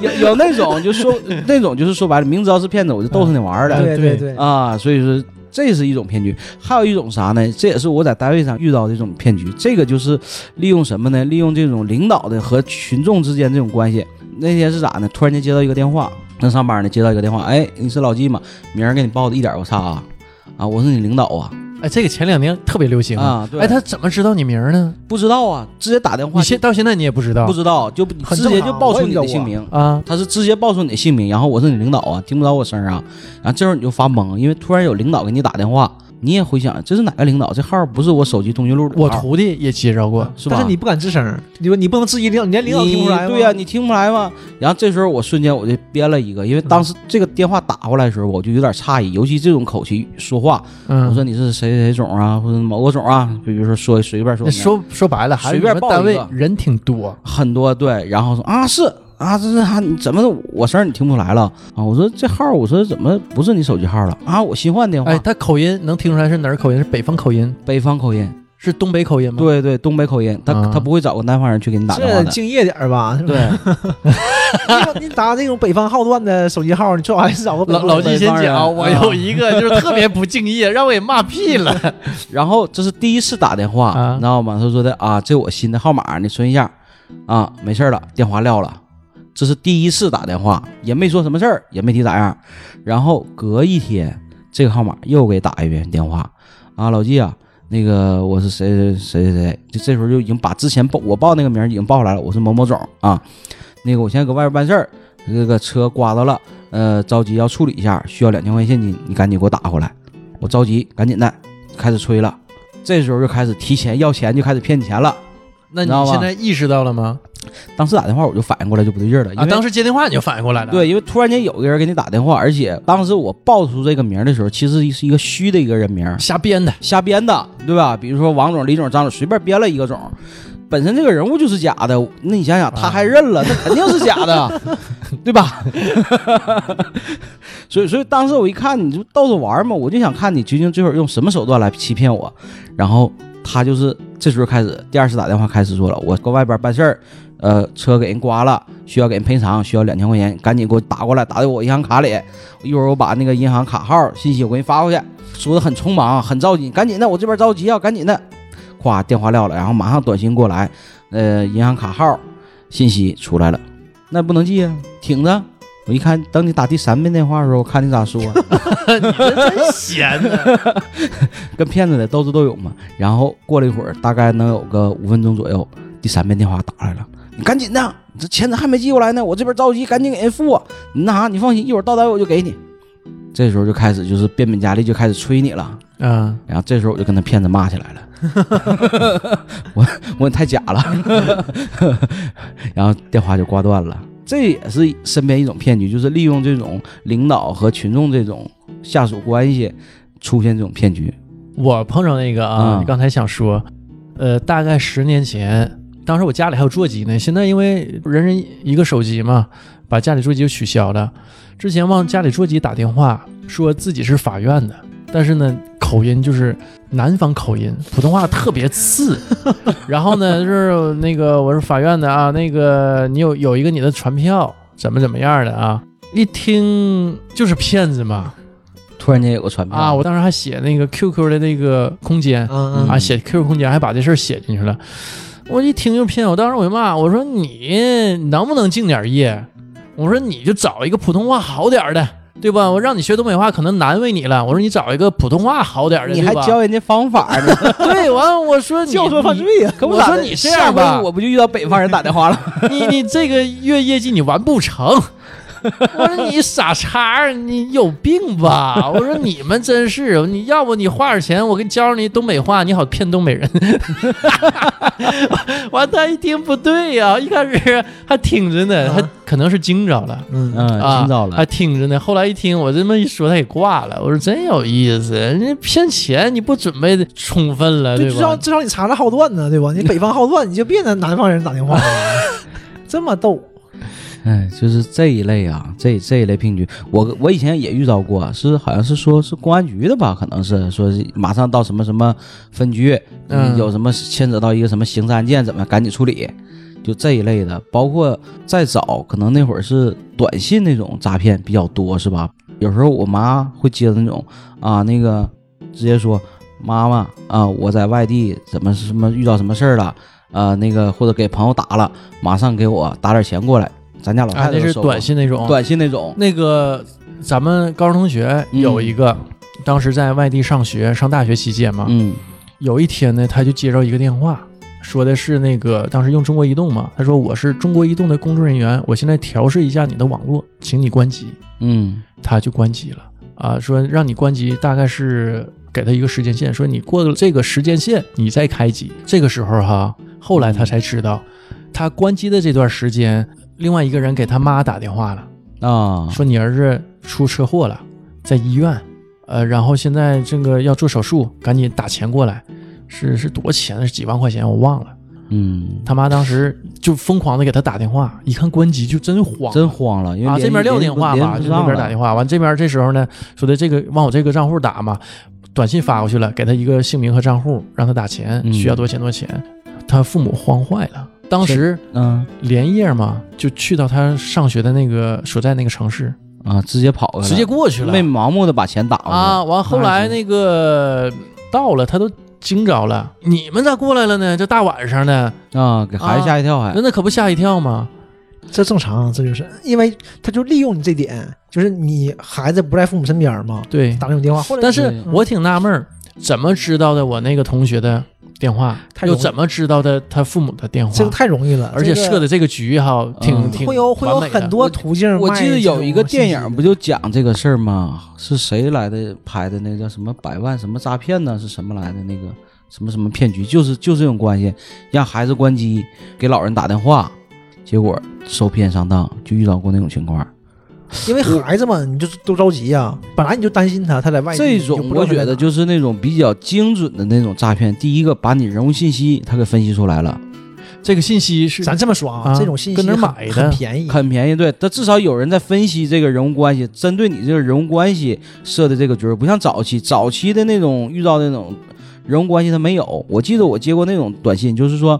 B: 有有那种就 说那种就是说白了，明知道是骗子，我就逗他你玩 儿的。
C: 对
A: 对
C: 对，
B: 啊，所以说这是一种骗局。还有一种啥呢？这也是我在单位上遇到的这种骗局。这个就是利用什么呢？利用这种领导的和群众之间这种关系。那天是咋呢？突然间接到一个电话，正上班呢，接到一个电话，哎，你是老纪吗？明儿给你报的一点儿不差啊。啊，我是你领导啊！
A: 哎，这个前两年特别流行
B: 啊，对，
A: 哎，他怎么知道你名儿呢？
B: 不知道啊，直接打电话
A: 你现到现在你也不知道
B: 不知道，就
C: 很
B: 直接
C: 正常
B: 就报出你
C: 我
B: 的
C: 也遇到
B: 姓
C: 过
B: 名。
A: 啊？
B: 他是直接报出你的姓名，然后我是你领导啊，听不着我声儿啊，然后这会儿你就发懵，因为突然有领导给你打电话，你也回想这是哪个领导，这号不是我手机通讯录里
A: 我
B: 的号，
A: 徒弟也介绍过，
B: 是吧？
C: 但是你不敢吱声，你说你不能质疑领，你连领导听不出来吗？
B: 对呀、你听不出来吗？然后这时候我瞬间我就编了一个，因为当时这个电话打过来的时候，我就有点诧异，尤其这种口气说话，
A: 嗯，
B: 我说你是谁谁谁总啊，或者某个总啊，比如说说随便说
A: 那
B: 你，
A: 说说白了，还是
B: 随便
A: 你们
B: 报一
A: 单位
B: 个
A: 人挺多，
B: 很多对，然后说啊是啊，这是啊，你怎么我声儿你听不出来了啊？我说这号儿我说怎么不是你手机号了啊？我新换电话，
A: 哎，他口音能听出来是哪儿口音？是北方口音，
B: 北方口音，
A: 是东北口音吗？
B: 对对，东北口音，他、
A: 啊
B: 他不会找个南方人去给你打电话
C: 这
B: 的。
C: 敬业点儿吧，是吧？
B: 对，
C: 你你打那种北方号段的手机号，你最好还是找个北
A: 老
C: 方
A: 老
C: 的
A: 纪先
B: 北方人啊
A: 讲，我有一个就是特别不敬业，让我给骂屁 了。
B: 然后这是第一次打电话，
A: 啊
B: 你知道吗？他说的啊，这我新的号码，你存一下，啊，没事儿了，电话撂了。这是第一次打电话，也没说什么事儿，也没提咋样。然后隔一天，这个号码又给打一遍电话，啊，老纪啊，那个我是谁谁谁谁谁，就这时候就已经把之前报我报那个名儿已经报出来了，我是某某总啊，那个我现在搁外边办事儿，这个车刮到了，呃，着急要处理一下，需要两千块现金，你赶紧给我打回来，我着急，赶紧的，开始催了。这时候就开始提前要钱，就开始骗钱了。
A: 那
B: 知道
A: 你
B: 吧
A: 现在意识到了吗？
B: 当时打电话我就反应过来就不对劲儿了，因
A: 啊，
B: 为
A: 当时接啊电话你就反应过来了。，
B: 对，因为突然间有个人给你打电话，而且当时我报出这个名儿的时候，其实是一个虚的一个人名儿，
A: 瞎编 的。
B: 瞎编的，对吧？比如说王总、李总、张总，随便编了一个总，本身这个人物就是假的，那你想想他还认了，那肯定是假的，对吧？ 所以，所以当时我一看，你就逗着玩儿嘛，我就想看你究竟最后用什么手段来欺骗我。然后他就是这时候开始第二次打电话，开始说了，我搁外边办事儿，呃，车给人刮了，需要给人赔偿，需要两千块钱，赶紧给我打过来，打到我银行卡里，一会儿我把那个银行卡号信息我给你发过去。说的很匆忙，很着急，赶紧的，我这边着急啊，赶紧的，咵电话撂了，然后马上短信过来，呃，银行卡号信息出来了，那不能记啊，挺着。我一看，等你打第三遍电话的时候，我看你咋说、啊
A: 你这真闲的。
B: 跟骗子的斗智斗勇嘛。然后过了一会儿，大概能有个五分钟左右，第三遍电话打来了，你赶紧的，这钱咋还没寄过来呢？我这边着急，赶紧给人付啊！你那啥，你放心，一会儿到单位我就给你。这时候就开始就是变本加厉，就开始催你了。
A: 啊，
B: 然后这时候我就跟他骗子骂起来了，我我太假了，然后电话就挂断了。这也是身边一种骗局，就是利用这种领导和群众这种下属关系出现这种骗局。
A: 我碰上那个啊，
B: 嗯
A: 你刚才想说，呃，大概十年前，当时我家里还有座机呢，现在因为人人一个手机嘛，把家里座机就取消了。之前往家里座机打电话，说自己是法院的，但是呢，口音就是南方口音，普通话特别次。然后呢，就是那个我是法院的啊，那个你有有一个你的传票，怎么怎么样的啊？一听就是骗子嘛
B: 突然间有个传票
A: 啊！我当时还写那个 QQ 的那个空间，
C: 嗯
B: 嗯
A: 啊，写 QQ 空间还把这事儿写进去了。我一听就骗我，当时我就骂我说你能不能敬点业？我说你就找一个普通话好点儿的，对吧？我让你学东北话可能难为你了。我说你找一个普通话好点儿的，
B: 你还
A: 对吧
B: 教人家方法 呢？
A: 对完了我 说你
C: 教唆犯
A: 你
C: 罪呀、
B: 可
A: 嗯我
B: 咋
A: 说
B: 的
A: 你这样
B: 下
A: 吧
B: 回我不就遇到北方人打电话了？
A: 你你这个月业绩你完不成。我说你傻叉儿，你有病吧？我说你们真是，你要不你花点钱，我给你教你东北话，你好骗东北人。完，他一听不对呀、一开始还挺着呢，他可能是惊着了。
C: 嗯，
B: 嗯，
A: 啊，
B: 听到了
A: 还。听着呢。后来一听我这么一说，他给挂了。我说真有意思，人家骗钱你不准备充分了，
C: 对，
A: 对
C: 至少
A: 吧？
C: 至少你查查好断呢，对吧？你北方好断，你就别拿南方人打电话了， 这么逗。
B: 哎，就是这一类啊，这这一类骗局，我我以前也遇到过，是好像是说是公安局的吧，可能是说是呃马上到什么什么分局，呃
A: 嗯
B: 有什么牵扯到一个什么刑事案件，怎么赶紧处理，就这一类的。包括再早，可能那会儿是短信那种诈骗比较多，是吧？有时候我妈会接的那种啊，那个直接说妈妈啊，我在外地怎么什么遇到什么事儿了。啊，那个或者给朋友打了，马上给我打点钱过来，咱家老太
A: 啊，
B: 太
A: 那
B: 都
A: 是
B: 收过
A: 短信那种，
B: 短信那种，
A: 那个咱们高中同学有一个，当时在外地上学，上大学期间嘛，
B: 嗯
A: 有一天呢，他就接到一个电话，说的是那个当时用中国移动嘛，他说我是中国移动的工作人员，我现在调试一下你的网络，请你关机，
B: 嗯
A: 他就关机了啊，说让你关机，大概是给他一个时间线，说你过了这个时间线你再开机。这个时候哈，后来他才知道，他关机的这段时间，另外一个人给他妈打电话了。
B: 啊，
A: 说你儿子出车祸了，在医院，呃，然后现在这个要做手术，赶紧打钱过来，是是多少钱？是几万块钱？我忘了。
B: 嗯，
A: 他妈当时就疯狂的给他打电话，一看关机就真慌，
B: 真慌了，因为
A: 啊，这边撂电话吧，
B: 吧，
A: 就那边打电话，完这边这时候呢，说的这个往我这个账户打嘛，短信发过去了，给他一个姓名和账户，让他打钱，
B: 嗯
A: 需要多少钱多少钱，他父母慌坏了，当时
B: 嗯
A: 连夜嘛就去到他上学的那个所在那个城市，
B: 啊，直接跑过来，
A: 直接过去了，
B: 没盲目的把钱打过去
C: 哦
A: 啊，，完后来那个到了，他都惊着了，你们咋过来了呢？这大晚上的，
B: 啊，给孩子吓一跳还
A: 那，那可不吓一跳吗？
C: 这正常，这就是因为他就利用你这点，就是你孩子不在父母身边嘛，
A: 对，
C: 打这种电话，或者
A: 但是我挺纳闷儿，怎么知道的我那个同学的电话，
C: 太
A: 又
C: 容易
A: 怎么知道的他父母的电话
C: 这？个太容易了，
A: 而且
C: 这个
A: 设的这个局哈，挺
B: 嗯
A: 挺
C: 会有会有
A: 完美的
C: 很多途径卖这种
B: 我
C: 信息。
B: 记得有一个电影不就讲这个事儿吗？是谁来的拍的？那叫什么百万什么诈骗呢？是什么来的那个什么什么骗局？就是就这种关系，让孩子关机，给老人打电话，结果受骗上当，就遇到过那种情况。
C: 因为孩子嘛，你就都着急呀、本来你就担心他，他在外地，
B: 这
C: 你
B: 种
C: 就不知道
B: 我
C: 他在
B: 觉
C: 哪
B: 得就是那种比较精准的那种诈骗。第一个把你人物信息他给分析出来了，
A: 这个信息是
C: 咱这么说啊，
A: 啊
C: 这种信息
A: 跟哪儿
C: 很
A: 买的
C: 很便宜，
B: 很便宜，对，他至少有人在分析这个人物关系，针对你这个人物关系设的这个局儿，不像早期早期的那种遇到那种人物关系他没有。我记得我接过那种短信，就是说，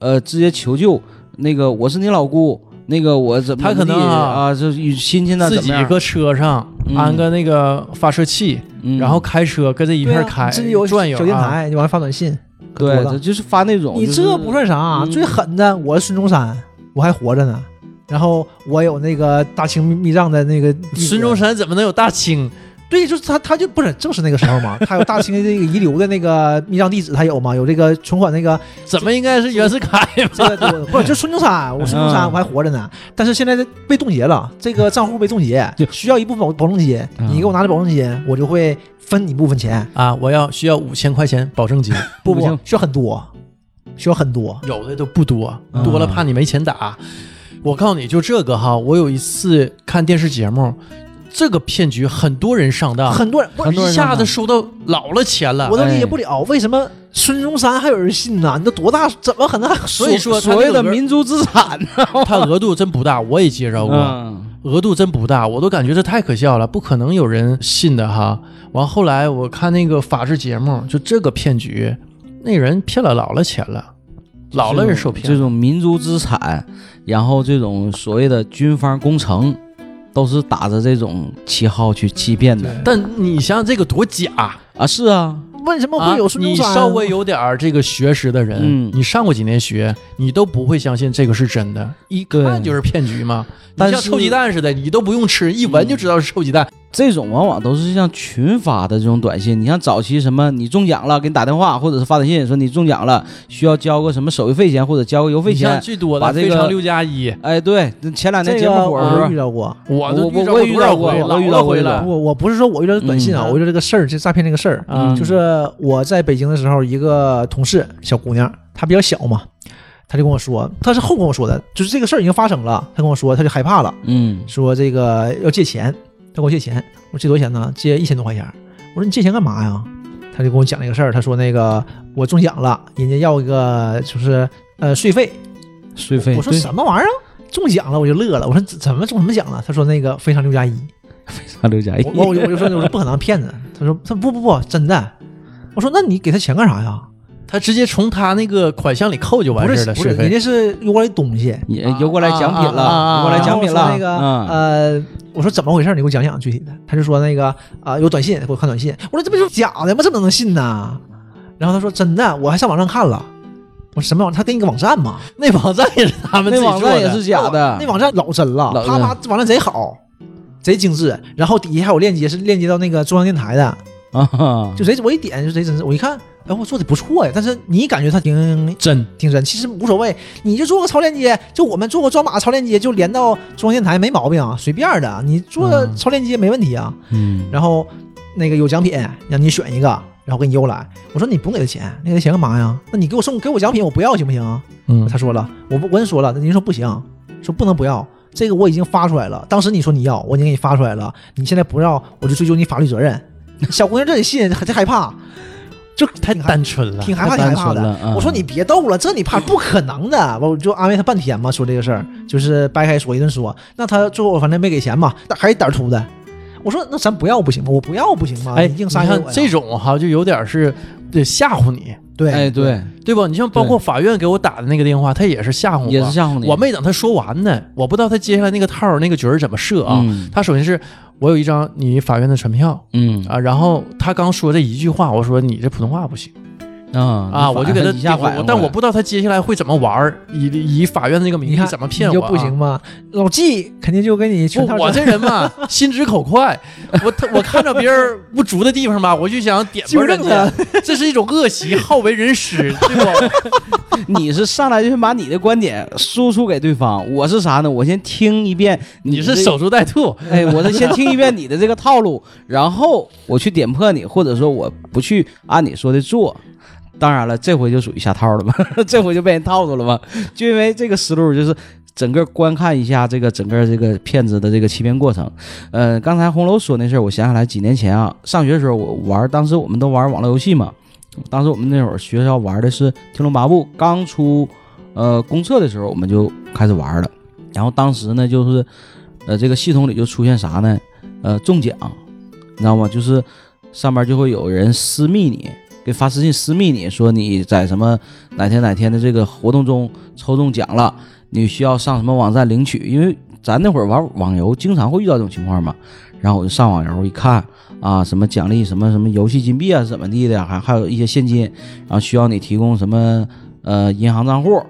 B: 呃，直接求救，那个我是你老姑，那个我怎么
A: 他可能
B: 地
A: 啊
B: 啊，就是与亲戚呢
A: 自
B: 怎
A: 己
B: 么样，
A: 搁车上
B: 嗯
A: 安个那个发射器，
B: 嗯
A: 然后开车跟这一
C: 对
A: 片
C: 啊
A: 开
C: 这有
A: 转悠
C: 手电
A: 啊
C: 台，你完了发短信，可多
B: 对，他
C: 了。
B: 就是发那种，
C: 你
B: 就是
C: 这不算啥，啊
B: 嗯
C: 最狠的我是孙中山，我还活着呢。然后我有那个大清密密藏的那个地址
A: 孙中山怎么能有大清？
C: 对，就是他，他就不是正是那个时候嘛，他有大清的这个遗留的那个密账地址，他有嘛，有这个存款那个
A: 怎么应该是袁世凯吧？
C: 这个这个，不是就孙中山，啊我孙中山
B: 嗯
C: 我还活着呢，但是现在被冻结了，这个账户被 冻结，需要一部分保保证金，
B: 嗯
C: 你给我拿着保证金，我就会分你部分钱，
A: 啊，我要需要五千块钱保 证金，
C: 不
B: 不
C: 不
B: 行
C: 需要很多，需要很多，
A: 有的都不多，
B: 嗯
A: 多了怕你没钱打。我告诉你就这个哈，我有一次看电视节目，这个骗局很多人上当，
C: 很多人不
B: 啊很
C: 是
B: 多人
A: 一
B: 上
A: 下子
B: 当
A: 收到老了钱了
C: 我。都理解
B: 哎
C: 不了为什么孙中山还有人信呢？你都多大，怎么可能还？
A: 所以说他
B: 所谓
A: 这个
B: 的
A: 额
B: 民族资产呢，
A: 它额度真不大，我也介绍过，
B: 嗯
A: 额度真不大，我都感觉这太可笑了，不可能有人信的哈。完后来我看那个法制节目，就这个骗局，那人骗了老了钱了，老了人受骗
B: 这种民族资产，然后这种所谓的军方工程，都是打着这种旗号去欺骗的
A: 但你想想这个多假
B: 啊！是啊，
C: 为什么
A: 啊
C: 会有！孙
A: 你
C: 中山？
A: 稍微有点儿这个学识的人，
B: 嗯
A: 你上过几年学，你都不会相信这个是真的，一看
B: 对
A: 就是骗局嘛。你
B: 但
A: 像
B: 是嗯
A: 臭鸡蛋似的，你都不用吃，一闻就知道是臭鸡蛋。
B: 这种往往都是像群发的这种短信。你像早期什么，你中奖了，给你打电话，或者是发短信说你中奖了，需要交个什么手续费钱或者交个邮费
A: 你像
B: 钱。
A: 最多
B: 把
A: 的
B: 这个
A: 非常六加一，
B: 哎，对，前两
C: 这
B: 天节
C: 个
B: 目火的时
C: 我
B: 候
C: 遇，到过。
A: 我都
B: 我我
A: 遇到
B: 我
A: 过
B: 也遇
A: 多少
B: 到过
A: 回，
B: 我
A: 老
B: 遇
A: 了
B: 到过
A: 回
B: 这
A: 了
B: 种。
C: 我我不是说我遇到这短信啊，
A: 嗯
C: 我遇到这个事儿，这诈骗这个事儿，
A: 啊
B: 嗯
C: 就是我在北京的时候，一个同事小姑娘，她比较小嘛，她就跟我说，她是后跟我说的，就是这个事儿已经发生了，她跟我说，她就害怕了，
B: 嗯
C: 说这个要借钱，她跟我借钱，我借多少钱呢？借一千多块钱。我说你借钱干嘛呀？她就跟我讲了一个事儿，她说那个我中奖了，人家要一个就是呃税费，
B: 税费
C: 我说什么玩意儿啊？中奖了我就乐了，我说怎怎么中什么奖了？她说那个非常六加一。
B: 刘佳
C: 我我我就我就说我说不可能骗子，他说他不不不真的，我说那你给他钱干啥呀？
A: 他直接从他那个款项里扣就完
C: 不
A: 事儿
C: 是
A: 了，
C: 不是，
A: 税
C: 人
A: 费。
C: 家是邮过来东西，
B: 也邮过来奖品
A: 啊啊啊啊啊
B: 了，邮过来奖品
C: 然
B: 了。
C: 后说那个
B: 嗯，
C: 呃，我说怎么回事？你给我讲讲具体的。他就说那个啊、有短信给我看短信，我说这不就是假的吗？这怎么能信呢？然后他说真的，我还上网上看了。我说什么网？他给你个网站嘛，
A: 那网站也是他们自
B: 那
A: 己
B: 网
A: 做
B: 站
A: 的，
B: 也是假的
C: 那。网站老真了，
B: 老
C: 啪
B: 真
C: 啪，这网站贼好，贼精致。然后底下还有链接，是链接到那个中央电台的，
B: 啊哈，
C: 就谁我一点就谁真是，我一看，哎，我做的不错呀，但是你感觉他挺
A: 真。
C: 挺真，其实无所谓，你就做个超链接，就我们做个装码超链接，就连到中央电台没毛病啊，随便的，你做
A: 嗯
C: 超链接没问题啊。
B: 嗯，
C: 然后那个有奖品，让你选一个，然后给你邮来。我说你不用给他钱，你给他钱干嘛呀？那你给我送给我奖品，我不要行不行啊？
A: 嗯，
C: 他说了，我不我跟你说了，人家说不行，说不能不要。这个我已经发出来了，当时你说你要，我已经给你发出来了，你现在不要，我就追究你法律责任。 小姑娘这得信，还这害怕，就太挺害
A: 单纯了。
C: 挺害
B: 太
C: 怕，挺害
B: 单
C: 怕
B: 纯
C: 的。
B: 了。嗯
C: 我说你别逗了，这你怕不可能的，我就安慰他半天嘛，说这个事儿就是掰开说一顿说。那他最后反正没给钱嘛，那还是胆儿粗的。我说那咱不要不行吗？我不要不行吗？
A: 哎，
C: 你
A: 你
C: 硬塞给
A: 看
C: 我呀
A: 这种哈，就有点是得吓唬你，
C: 对
B: 哎，对，
A: 对吧？你像包括法院给我打的那个电话，他也是吓唬我，
B: 也是吓唬你。
A: 我没等他说完呢，我不知道他接下来那个套儿那个局儿怎么设啊。
B: 嗯
A: 他首先是我有一张你法院的传票
B: 嗯
A: 啊，然后他刚说这一句话，我说你这普通话不行
B: 啊
A: 啊，我就给他
B: 一下反应
A: 我
B: 过来
A: 但我不知道他接下来会怎么玩儿，以以法院的那个名
C: 你
A: 义
C: 看
A: 怎么骗
C: 你
A: 我、
C: 就
A: 啊，
C: 不行吗？老纪肯定就给你全套
A: 不，我
C: 整
A: 这人嘛，心直口快，我他我看着别人不足的地方吧，我就想点拨人
C: 纠正
A: 家，这是一种恶习，好为人师，对不？
B: 你是上来就先把你的观点输出给对方，我是啥呢？我先听一遍
A: 你
B: 的
A: 是守株待兔，
B: 哎，我是先听一遍你的这个套路，然后我去点破你，或者说我不去按你说的做。当然了，这回就属于下套了吧， 这回就被人套住了吧？就因为这个思路，就是整个观看一下这个整个这个骗子的这个欺骗过程。呃，刚才红楼说那事儿，我想起来几年前啊，上学的时候我玩，当时我们都玩网络游戏嘛，当时我们那会儿学校玩的是《天龙八部》，刚出呃公测的时候我们就开始玩了。然后当时呢，就是呃这个系统里就出现啥呢？呃中奖，你知道吗？就是上面就会有人私密你，给发私信私密你说你在什么哪天哪天的这个活动中抽中奖了，你需要上什么网站领取，因为。咱那会儿玩网游，经常会遇到这种情况嘛。然后我就上网游一看啊，什么奖励什么什么游戏金币啊，怎么地的，还还有一些现金，然后需要你提供什么呃银行账户，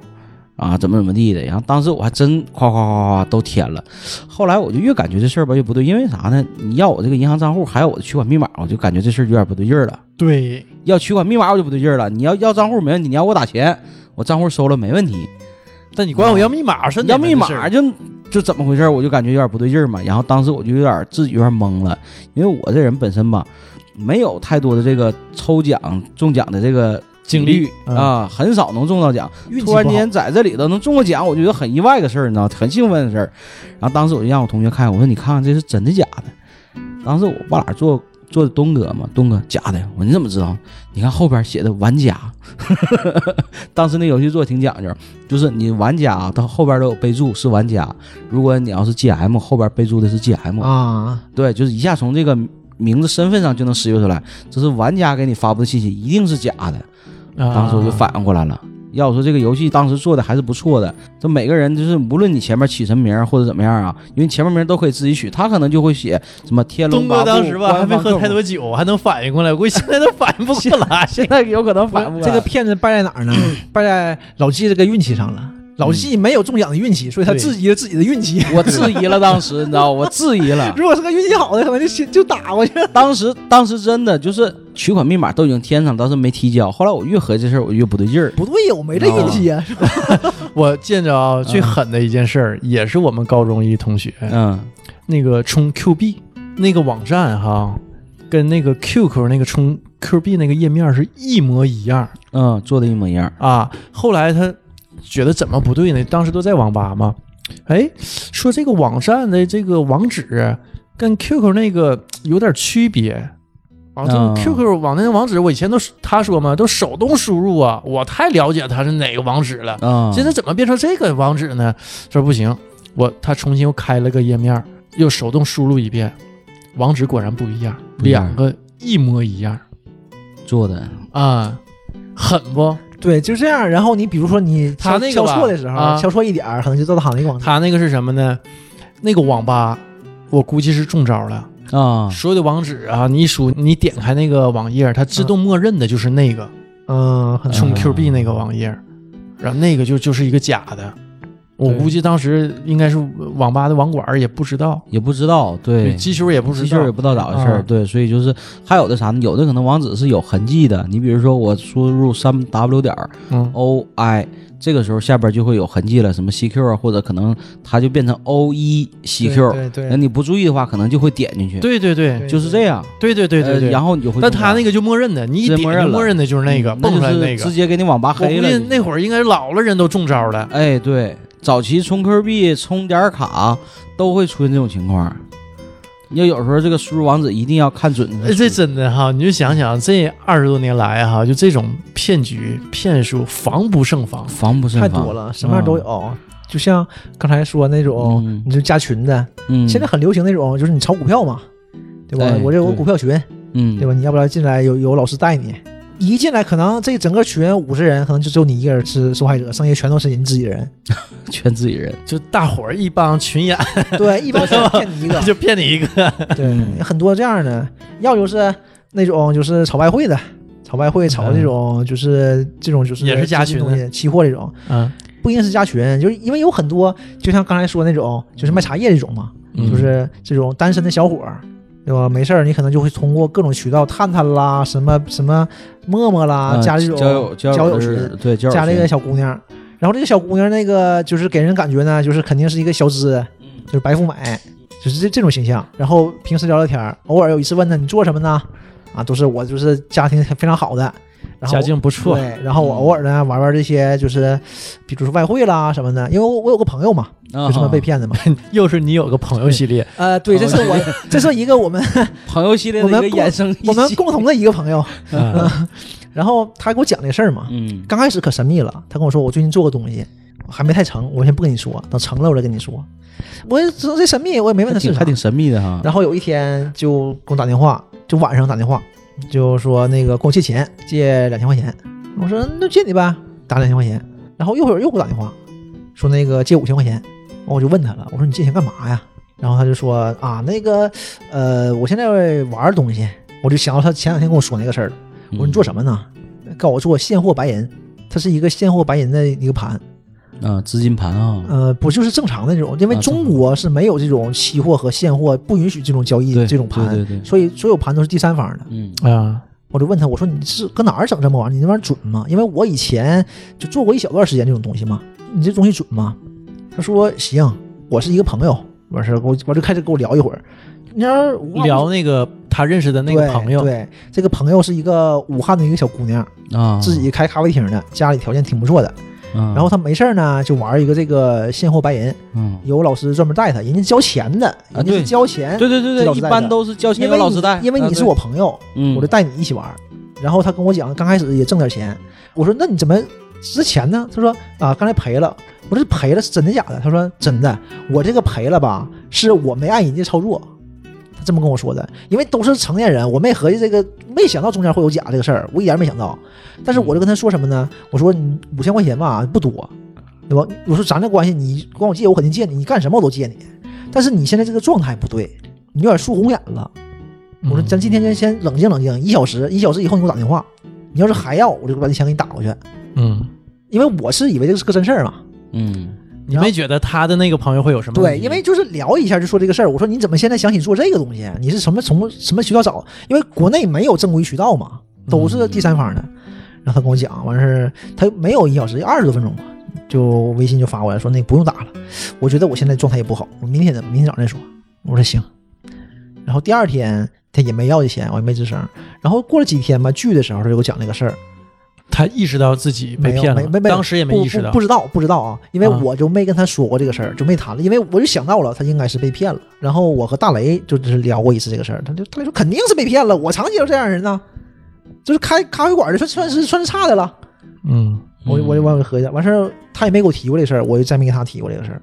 B: 啊，怎么怎么地的。然后当时我还真夸夸夸夸都填了，后来我就越感觉这事儿吧越不对，因为啥呢？你要我这个银行账户，还有我的取款密码，我就感觉这事儿有点不对劲儿了。
A: 对，
B: 要取款密码我就不对劲儿了，你要要账户没问题，你要我打钱，我账户收了没问题，
A: 但你管我要密码是
B: 要密码就就怎么回事儿？我就感觉有点不对劲儿嘛。然后当时我就有点自己有点懵了，因为我这人本身吧，没有太多的这个抽奖中奖的这个
A: 经历
B: 率啊，很少能中到奖。
C: 嗯运气不
B: 突
C: 好
B: 然间在这里头能中个奖，我觉得很意外个事儿，你知道，很兴奋的事儿。然后当时我就让我同学看，我说你看看这是真的假的。当时我不俩坐坐东哥嘛，东哥假的。我说你怎么知道？你看后边写的玩家， 当时那游戏做得挺讲究，就是你玩家啊它后边都有备注是玩家，如果你要是 GM 后边备注的是 GM，、
C: 啊，
B: 对，就是一下从这个名字身份上就能识别出来，这是玩家给你发布的信息，一定是假的。
A: 啊
B: 当时我就反应过来了。要我说，这个游戏当时做的还是不错的。这每个人就是，无论你前面起什么名儿或者怎么样啊，因为前面名儿都可以自己取，他可能就会写什么天龙
A: 东
B: 八
A: 哥
B: 部。
A: 当时吧还
B: 官
A: 没
B: 方
A: 喝
B: 各
A: 太
B: 种
A: 多酒，还能反应过来，我估计现在都反应不过来。
B: 现在有可能反不过来
C: 这个骗子败在哪儿 呢？败在老纪这个运气上了。老纪没有中奖的运气，所以他
A: 对
C: 质疑了自己的运气。
B: 我质疑了，当时你知道，我质疑 了。
C: 如果是个运气好的，可能就先就打过去了。
B: 当时当时真的就是取款密码都已经填上，但是没提交。后来我越合计这事儿，我越不对劲儿。
C: 不对呀，哦我没这运气啊呀。
A: 我见着啊最狠的一件事儿，也是我们高中一同学，
B: 嗯
A: 那个充 Q 币那个网站哈，跟那个 QQ 那个充 Q 币那个页面是一模一样
B: 嗯，做的一模一样。
A: 啊。后来他觉得怎么不对呢？当时都在网吧嘛，哎，说这个网站的这个网址跟 QQ 那个有点区别。啊，这
B: 嗯
A: 个 QQ 网那个网址，我以前都是他说嘛，都手动输入啊，我太了解他是哪个网址了。
B: 啊、
A: 现在怎么变成这个网址呢？说不行，我他重新又开了个页面，又手动输入一遍，网址果然不一样，
B: 不一样
A: 两个一模一样
B: 做的，
A: 啊，狠不？
C: 对，就这样。然后你比如说你
A: 他
C: 敲
A: 那个
C: 敲
A: 吧
C: 错的时候，
A: 啊
C: 敲错一点儿，可能就到他那个广场。
A: 他那个是什么呢？那个网吧，我估计是中招了。
B: 啊、
A: 所有的网址啊，你一输，你点开那个网页，它自动默认的就是那个
C: 嗯，可能
A: 充
B: 嗯
A: Q 币那个网页，然后那个就就是一个假的。我
B: 对
A: 估计当时应该是网吧的网管也不知道，
B: 也不知道，对，
A: 机球也不知
B: 机
A: 道，
B: 器人也不知道嗯咋回事
A: 啊
B: 儿，对，所以就是还有的啥呢？有的可能网址是有痕迹的，你比如说我输入三 w 点
A: 嗯
B: o i，这个时候下边就会有痕迹了，什么 cq 啊，或者可能它就变成 o 一 cq，
C: 对对
B: 那
C: 对
B: 你不注意的话，可能就会点进去，
A: 对对对
C: 对
B: 就是这样，
A: 对对对对
B: 呃
A: 对。
B: 然后你就会中
A: 但
B: 奖，
A: 他那个就默认的，你一
B: 直接
A: 点
B: 默认
A: 就
B: 了
A: 默认的就是那个
B: 那
A: 蹦出来
B: 就是
A: 那个。
B: 直接给你网吧
A: 我
B: 黑
A: 估计
B: 了就是，
A: 那会儿应该老了人都中招了。
B: 哎，对，早期充 Q 币、充点儿卡都会出现这种情况。你要有时候这个输入网址一定要看准那
A: 哎
B: 个
C: 呃
B: 输入，
A: 这真的哈，你就想想这二十多年来哈，就这种骗局骗术防不胜防。
B: 防不胜
C: 太
B: 防，
C: 多了，什么样都
B: 嗯
C: 有。就像刚才说那种，
B: 嗯
C: 你就加群的，
B: 嗯，
C: 哦现在很流行那种，就是你炒股票嘛，对吧
B: 哎？
C: 我这有个
B: 对
C: 股票群，
B: 嗯，
C: 对吧？你要不然进来有有老师带你，一进来可能这整个群五十人，可能就只有你一个人是受害者，剩下全都是你自己人。
B: 全自己人，
A: 就大伙儿一帮群演
C: 对，一般是骗你一个
A: ，就骗你一个，
C: 对，很多这样的，要就是那种就是炒外汇的。炒外汇，炒这种就是这种就是
A: 也是加群的
C: 东西，期货这种
A: 嗯，
C: 不一定是加群，就是因为有很多，就像刚才说那种，就是卖茶叶这种嘛，
A: 嗯
C: 就是这种单身的小伙儿，对吧？没事儿，你可能就会通过各种渠道，探探啦，什么什么陌陌啦，
B: 嗯
C: 啊加这种
B: 交友
C: 交友
B: 群
C: 群，，
B: 对交友
C: 加这个
B: 群
C: 小姑娘。然后这个小姑娘那个就是给人感觉呢，就是肯定是一个小资，就是白富美，就是这这种形象。然后平时聊聊天儿，偶尔有一次问她你做什么呢？啊，都是我就是家庭非常好的，然后
A: 家境不错，
C: 对，然后我偶尔呢玩玩这些就是，比如说外汇啦什么的，因为我我有个朋友嘛，就这么被
B: 啊
C: 骗的嘛。
A: 又是你有个朋友系列，
C: 呃，对，这是我，这是一个我们
B: 朋友系列
C: 我
B: 的一
C: 们
B: 个
C: 共
B: 衍生一
C: 我们
B: 期
C: 共同的一个朋友，
A: 嗯
C: 然后他给我讲这事儿嘛，
B: 嗯
C: 刚开始可神秘了，他跟我说我最近做个东西，还没太成，我先不跟你说，等成了我再跟你说。我也知道这神秘，我也没
B: 还
C: 问他
B: 挺
C: 是
B: 还
C: 啥。
B: 挺神秘的哈，
C: 然后有一天就给我打电话，就晚上打电话，就说那个跟我借钱，借两千块钱。我说那借你呗，打两千块钱。然后一会儿又给我打电话，说那个借五千块钱。我就问他了，我说你借钱干嘛呀？然后他就说啊，那个呃，我现在玩东西，我就想到他前两天跟我说那个事儿了。我说你做
B: 啥？
C: 什么呢？告诉我做现货白银，它是一个现货白银的一个盘。
B: 嗯，资金盘啊，
C: 呃，不就是正常的这种？因为
B: 啊
C: 中国是没有这种期货和现货，不允许这种交易
B: 对，
C: 嗯这种盘，
B: 对对对，
C: 所以所有盘都是第三方的。
B: 嗯
A: 啊，
C: 我就问他，我说你是搁哪儿整这么玩意儿？你那玩意儿准吗？因为我以前就做过一小段时间这种东西嘛，你这东西准吗？他说行，我是一个朋友，完事儿给我我就开始跟我聊一会儿，你要是无话不
A: 聊那个他认识的那
C: 对
A: 个朋友，
C: 对，这个朋友是一个武汉的一个小姑娘，
B: 啊，
C: 自己开咖啡厅的，家里条件挺不错的。
B: 嗯，
C: 然后她没事儿呢，就玩一个这个现货白银，
B: 嗯，
C: 有老师专门带她，人家交钱的，人家
B: 啊对
C: 是交钱，
B: 对对对
C: 哎这老
B: 对，一
C: 师带
B: 般
C: 的
B: 都是交钱
C: 因
B: 有
C: 为
B: 老师带，
C: 因为
B: 啊
C: 你是我，朋友，
B: 对嗯，
C: 我就带你一起玩儿。然后他跟我讲，刚开始也挣点钱。我说那你怎么之前呢？他说啊，刚才赔了。我说赔了是真的假的？他说真的。我这个赔了吧，是我没按人家操作。他这么跟我说的，因为都是成年人，我没合计这个，没想到中间会有假这个事儿，我一点儿没想到。但是我就跟他说什么呢？我说你五千块钱吧，不多，对吧？我说咱这关系，你管我借，我肯定借你，你干什么我都借你。但是你现在这个状态不对，你有点输红眼了。我
A: 嗯
C: 说咱今天先先冷静冷静，一小时，一小时以后你给我打电话。你要是还要，我就把这钱给你打过去，
A: 嗯，
C: 因为我是以为这是个真事儿嘛。
B: 嗯
A: 你没觉得他的那个朋友会有什么问
C: 对，
A: 题？
C: 因为就是聊一下就说这个事儿。我说你怎么现在想起做这个东西？你是什么从什么渠道找？因为国内没有正规渠道嘛，都是第三方的。
A: 嗯
C: 然后他跟我讲，完事儿他没有一小时，二十多分钟吧，就微信就发过来说那不用打了，我觉得我现在状态也不好，我明天的明天早上再说。我说行。然后第二天他也没要这钱，我也没吱声。然后过了几天吧，聚的时候他就给我讲这个事儿，
A: 他意识到自己被
C: 没有
A: 骗了
C: 没
A: 吗，
C: 没没有
A: 当时也没
C: 不
A: 意识到
C: 不，不知道不知道啊，因为
A: 啊
C: 我就没跟他说过这个事儿，就没谈了，因为我就想到了他应该是被骗了。然后我和大雷就只是聊过一次这个事儿，他就大雷说肯定是被骗了，我常接触这样的人呢，就是开咖啡馆的算算是算是差的了。
A: 嗯
C: 我就我就往里合计，完事儿他也没给我提过这事儿，我就再没跟他提过这个事儿。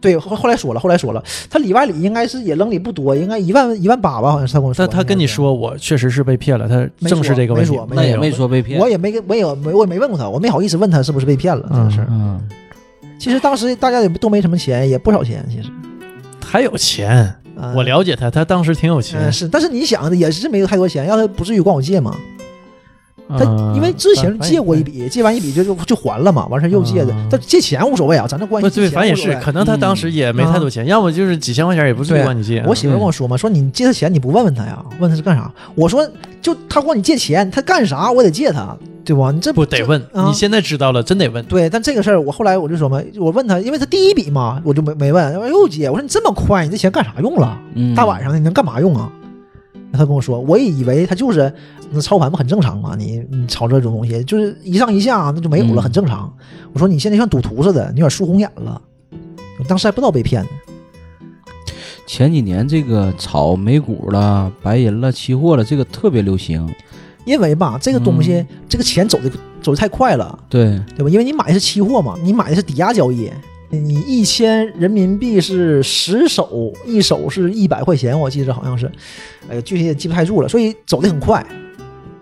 C: 对，后后来说了，后来说了，他里外里应该是也扔里不多，应该一万一万八吧，好像是他跟我说。
A: 但他跟你，说我确实是被骗了，他
C: 没
A: 正视
C: 说
A: 这个问
C: 没
A: 题
C: 说，
B: 那也
A: 有
B: 没说被骗，
C: 我也没跟，没有，没我也没问过他，我没好意思问他是不是被骗了这个事儿。
B: 嗯。
C: 其实当时大家也都没什么钱，也不少钱，其实。
A: 他有钱，
C: 啊
A: 我了解他，他当时挺有钱
C: 嗯，是，但是你想也是没有太多钱，要他不至于管我借嘛。他
A: 嗯
C: 因为之前
A: 反
C: 借过一，笔，借完一笔就就就还了嘛，完事儿又借的
A: 嗯。
C: 但借钱无所谓啊，咱这关
A: 反
C: 系
A: 不对，
C: 借钱
A: 反正也
C: 无所
A: 是，
C: 谓
A: 可能他当时也没太多钱，要么就是几千块钱也不至于
C: 对
A: 管你借。
C: 我媳妇儿跟我说嘛，说你借他钱你不问问他呀？问他是干啥？我说就他管你借钱，他干啥我得借他，对吧？你这
A: 不得问，
C: 啊
A: 你现在知道了，真得问。
C: 对，但这个事儿我后来我就说嘛，我问他，因为他第一笔嘛，我就没没问，又借，我说你这么快，你这钱干啥用了？
B: 嗯，
C: 大晚上的你能干嘛用啊？他跟我说，我也以为他就是那操盘不很正常吗？你你炒这种东西，就是一上一下那就没有了，
B: 嗯
C: 很正常。我说你现在像赌徒似的，你有点输红眼了。我当时还不知道被骗呢。
B: 前几年这个炒美股了、白银了、期货了，这个特别流行。
C: 因为吧，这个东西，
B: 嗯
C: 这个钱走的走的太快了，
B: 对，
C: 对吧？因为你买的是期货嘛，你买的是抵押交易，你一千人民币是十手，一手是一百块钱，我记着好像是，哎呀，具体也记不太住了，所以走的很快，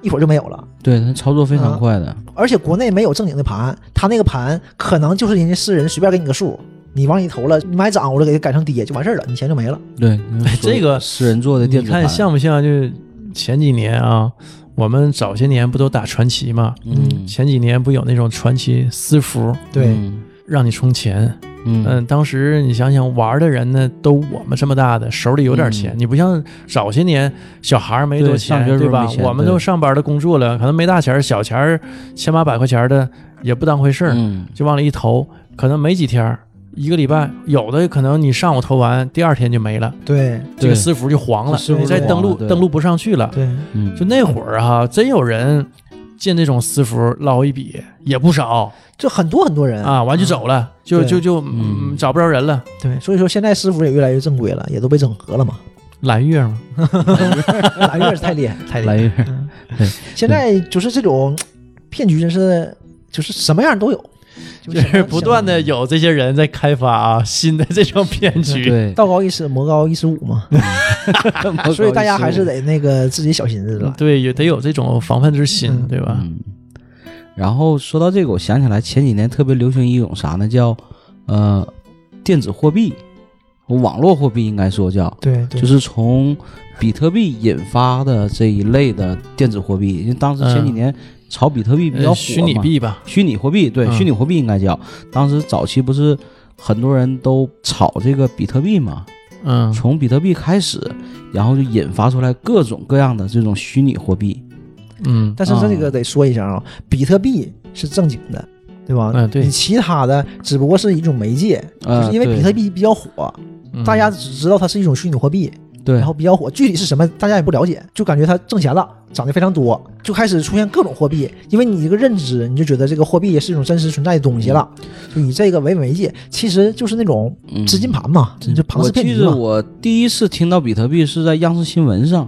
C: 一会儿就没有了。
B: 对，它操作非
C: 啊
B: 常快的。
C: 而且国内没有正经的盘，他那个盘可能就是人家私人随便给你个数，你往里投了，你买涨我就给它改成跌就完事儿了，你钱就没了。
B: 对，
A: 这个
B: 私人做的
A: 你
B: 电子
A: 看
B: 盘，
A: 像不像？就是前几年啊，我们早些年不都打传奇嘛？
B: 嗯，
A: 前几年不有那种传奇私服
B: 嗯
A: 让你充钱，
B: 嗯
A: 嗯，当时你想想玩的人呢，都我们这么大的，手里有点钱。
B: 嗯
A: 你不像早些年小孩儿没
B: 对
A: 多
B: 上
A: 钱，
B: 学时
A: 对
B: 候
A: 吧
B: 没？钱
A: 我们
B: 对
A: 都上班的工作了，可能没大钱儿，小钱儿千八百块钱儿的也不当回事儿，
B: 嗯
A: 就往里一投，可能没几天儿，一个礼拜，有的可能你上午投完，第二天就没了，
C: 对
A: 这个
B: 对
A: 私服就黄了，
B: 私服
A: 你再
C: 就
A: 登
B: 黄了
A: 录
B: 对
A: 登录不上去了。
C: 对，
B: 嗯，
A: 就那会儿哈、真有人进那种私服捞一笔，也不少
C: 就很多很多人
A: 啊，完就走了，就
C: 对
A: 就就嗯
B: 嗯
A: 找不着人了。
C: 对，所以说现在师傅也越来越正规了，也都被整 合了嘛。
A: 蓝月嘛，
C: 蓝月是太厉害，太厉
B: 来
C: 害。
B: 一 个
C: 嗯
B: 对
C: 现在就是这种骗局，真是就是什么样都有，
A: 就
C: 什么
A: 是 不断的有这些人在开发啊新的这种骗局。
B: 对，嗯
C: 道高一尺，魔高一尺五嘛。 所以大家还是得那个自己小心思了。
A: 对，也得有这种防范之心，
C: 嗯
A: 对吧？
B: 嗯。然后说到这个，我想起来前几年特别流行一种啥呢？叫呃电子货币，网络货币应该说叫，
C: 对，对
B: 就是从比特币引发的这一类的电子货币，因为当时前几
A: 嗯
B: 年炒比特币嗯比
A: 呃
B: 较火嘛，
A: 虚拟币吧，
B: 虚拟货币，对，
A: 嗯
B: 虚拟货币应该叫。当时早期不是很多人都炒这个比特币嘛，
A: 嗯，
B: 从比特币开始，然后就引发出来各种各样的这种虚拟货币。
A: 嗯，
C: 但是这个得说一下啊，比特币是正经的，对吧？
A: 嗯对
C: 你其他的只不过是一种媒介，就
B: 呃
C: 是因为比特币比较火，
A: 嗯
C: 大家只知道它是一种虚拟货币，
B: 对
C: 然后比较火，具体是什么大家也不了解，就感觉它挣钱了，涨得非常多，就开始出现各种货币，因为你一个认知，你就觉得这个货币是一种真实存在的东西了，就以这个为媒介，其实就是那种
B: 嗯
C: 资金盘嘛，就庞
B: 我
C: 氏骗
B: 记
C: 局
B: 得
C: 嘛。
B: 我第一次听到比特币是在央视新闻上，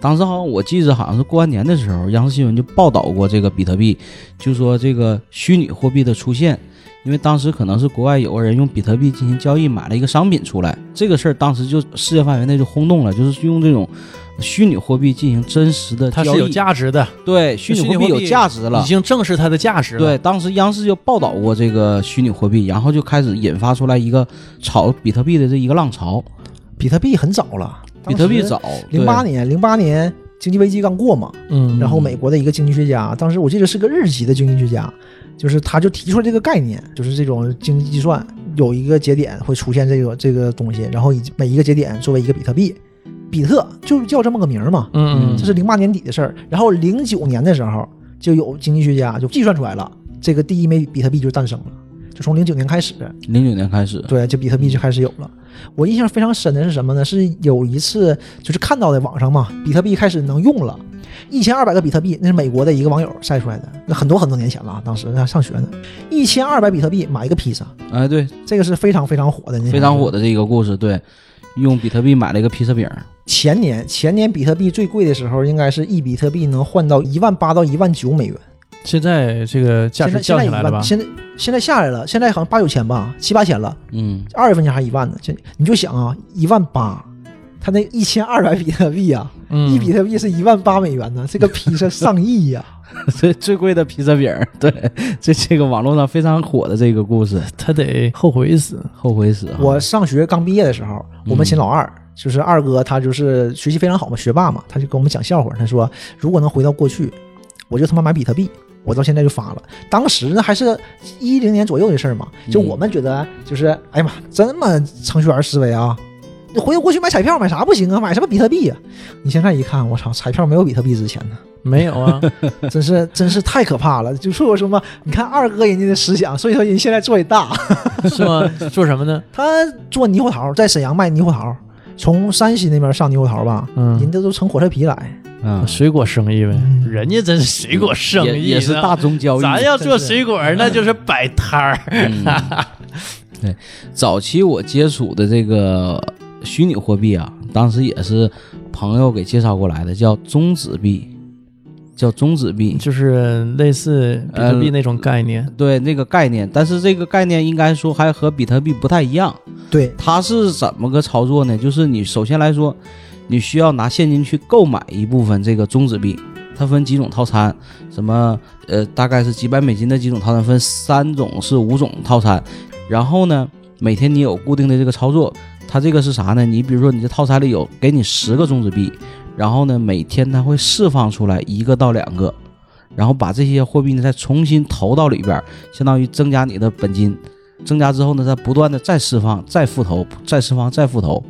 B: 当时好像我记着好像是过完年的时候，央视新闻就报道过这个比特币，就说这个虚拟货币的出现，因为当时可能是国外有个人用比特币进行交易买了一个商品出来，这个事儿当时就世界范围内就轰动了，就是用这种虚拟货币进行真实的
A: 它
B: 交
A: 是有
B: 易，
A: 价值的，
B: 对，虚拟
A: 虚拟
B: 货
A: 货
B: 币有
A: 币
B: 价值了
A: 已。经正视它的价值了。
B: 对，当时央视就报道过这个虚拟货币，然后就开始引发出来一个炒比特币的这一个浪潮。
C: 比特币很早了，
B: 比特币，早，
C: 零八年，零八年经济危机刚过嘛，
A: 嗯，
C: 然后美国的一个经济学家，当时我记得是个日籍的经济学家，就是他就提出了这个概念，就是这种经济计算有一个节点会出现这个这个东西，然后以及每一个节点作为一个比特币，比特就叫这么个名儿嘛，
A: 嗯，嗯
C: 这是零八年底的事儿。然后零九年的时候，就有经济学家就计算出来了，这个第一枚比特币就诞生了，就从零九年开始，
B: 零九年开始，
C: 对，就比特币就开始有了。我印象非常深的是什么呢？是有一次就是看到的网上嘛，比特币开始能用了，一千二百个比特币，那是美国的一个网友晒出来的，那很多很多年前了，啊当时还上学呢，一千二百比特币买一个披萨，
B: 哎，对，
C: 这个是非常非常火的，
B: 非常火
C: 的。
B: 的这个故事，对，用比特币买了一个披萨饼，
C: 前年前年比特币最贵的时候，应该是一比特币能换到一万八到一万九美元，
A: 现在这个价
C: 现
A: 值降
C: 在现在
A: 下
C: 一
A: 来了吧
C: 万，？现在现在下来了，现在好像八九千吧，七八千了。
B: 嗯，
C: 二月份前还一万呢，这你就想啊，一万八，他那一千二百比特币啊，
A: 嗯，
C: 一比特币是一万八美元 呢，这个披萨上亿呀、
B: 最最贵的披萨饼，对，这这个网络上非常火的这个故事，
A: 他得后悔死。
B: 后悔死啊！嗯
C: 我上学刚毕业的时候，我们寝老二、就是二哥，他就是学习非常好嘛，学霸嘛，他就跟我们讲笑话，他说如果能回到过去，我就他妈买比特币。我到现在就发了，当时呢还是一零年左右的事儿嘛，就
B: 嗯
C: 我们觉得就是，哎呀妈，这么程序员思维啊，你回过去买彩票买啥不行啊，买什么比特币呀、你现在一看，我操，彩票没有比特币值钱呢，
A: 没有啊，
C: 真是真是太可怕了。就所以我说嘛，你看二哥人家的思想，所以说人家现在做也大，
A: 是吗？做什么呢？
C: 他做猕猴桃，在沈阳卖猕猴桃，从山西那边上猕猴桃吧，人
A: 嗯，
C: 家都成火车皮来。
B: 嗯，
A: 水果生意呗，
C: 嗯
A: 人家真是水果生意呢
B: 也也是大宗交易，
A: 咱要做
C: 真是
A: 水果儿，那就是摆摊儿。
B: 嗯对，早期我接触的这个虚拟货币啊，当时也是朋友给介绍过来的，叫中子币，叫中子币，
A: 就是类似比特币那种概念，
B: 对那个概念，但是这个概念应该说还和比特币不太一样。
C: 对，
B: 它是怎么个操作呢？就是你首先来说，你需要拿现金去购买一部分这个中子币，它分几种套餐，什么呃，大概是几百美金的几种套餐，分三种是五种套餐。然后呢，每天你有固定的这个操作，它这个是啥呢？你比如说你这套餐里有给你十个中子币，然后呢，每天它会释放出来一个到两个。然后把这些货币呢再重新投到里边儿，相当于增加你的本金。增加之后呢，它不断的再释放、再复投、再释放、再复投，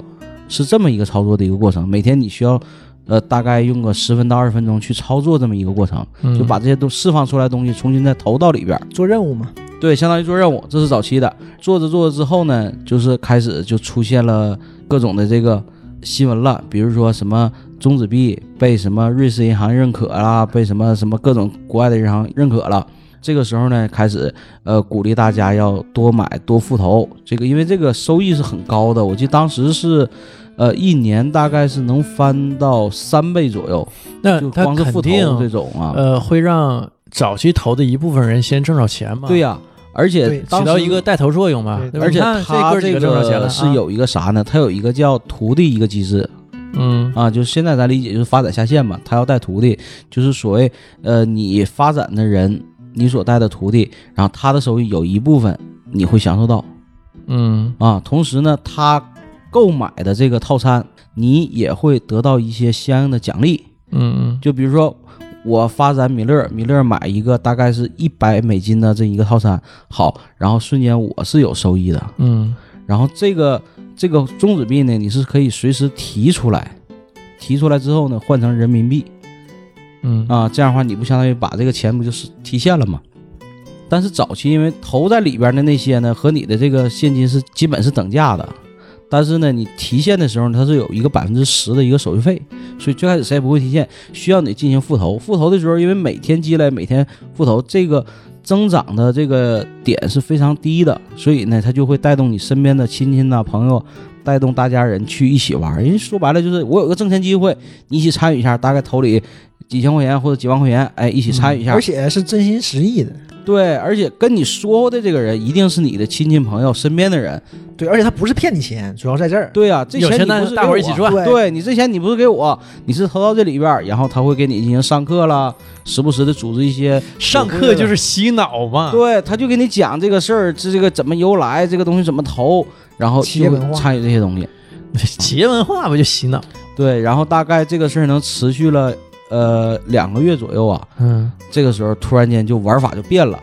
B: 是这么一个操作的一个过程。每天你需要，呃，大概用个十分到二十分钟去操作这么一个过程，
A: 嗯
B: 就把这些都释放出来的东西重新再投到里边儿。
C: 做任务嘛，
B: 对，相当于做任务，这是早期的。做着做着之后呢，就是开始就出现了各种的这个新闻了，比如说什么中子币被什么瑞士银行认可啦，被什么什么各种国外的银行认可了。这个时候呢，开始呃鼓励大家要多买多复投，这个因为这个收益是很高的，我记得当时是，呃一年大概是能翻到三倍左右，
A: 那
B: 就
A: 他
B: 光是
A: 肯
B: 复投
A: 定
B: 这种啊，
A: 呃会让早期投的一部分人先挣着钱嘛，
B: 对，呀、而
C: 对
B: 且
C: 起
B: 当
A: 起
B: 时
A: 到一个带头作用嘛
C: 对。
A: 啊对吧
B: 而且
A: 你看
B: 它
A: 这哥几
B: 这
A: 个挣着钱了
B: 个
A: 啊
B: 是有一个啥呢？它有一个叫徒弟一个机制
A: 嗯
B: 啊，就是现在咱理解就是发展下线嘛，它要带徒弟，就是所谓呃你发展的人，你所带的徒弟，然后他的收益有一部分你会享受到
A: 嗯
B: 啊，同时呢，他购买的这个套餐，你也会得到一些相应的奖励。
A: 嗯
B: 就比如说我发展米勒，米勒买一个大概是一百美金的这一个套餐，好，然后瞬间我是有收益的。
A: 嗯
B: 然后这个这个中子币呢，你是可以随时提出来，提出来之后呢，换成人民币
A: 嗯
B: 啊，这样的话你不相当于把这个钱不就是提现了吗？但是早期因为投在里边的那些呢，和你的这个现金是基本是等价的，但是呢，你提现的时候呢它是有一个百分之十的一个手续费，所以最开始谁也不会提现，需要你进行复投。复投的时候，因为每天积累，每天复投，这个增长的这个点是非常低的，所以呢，它就会带动你身边的亲戚呐、朋友，带动大家人去一起玩儿。因为说白了就是我有个挣钱机会，你一起参与一下，大概投里几千块钱或者几万块钱，哎，一起参与
A: 嗯
B: 一下。
C: 而且是真心实意的。
B: 对，而且跟你说的这个人一定是你的亲戚朋友身边的人。
C: 对，而且他不是骗你钱，主要在这儿。
B: 对啊，这
A: 有
B: 钱
A: 钱
B: 你不
A: 咱
B: 是
A: 大
B: 给
A: 伙儿一
B: 我
A: 起赚
C: 对
B: 对你这钱你不是给我，你是投到这里边儿，然后他会给你进行上课啦，时不时的组织一些
A: 上课就是洗脑
C: 啊
A: 嘛。
B: 对，他就给你讲这个事儿，这这个怎么由来，这个东西怎么投，然后
C: 企业
B: 就
C: 文化
B: 参与这些东西。
A: 企业文化不就洗脑？
B: 对，然后大概这个事儿能持续了呃两个月左右啊，
A: 嗯
B: 这个时候突然间就玩法就变了。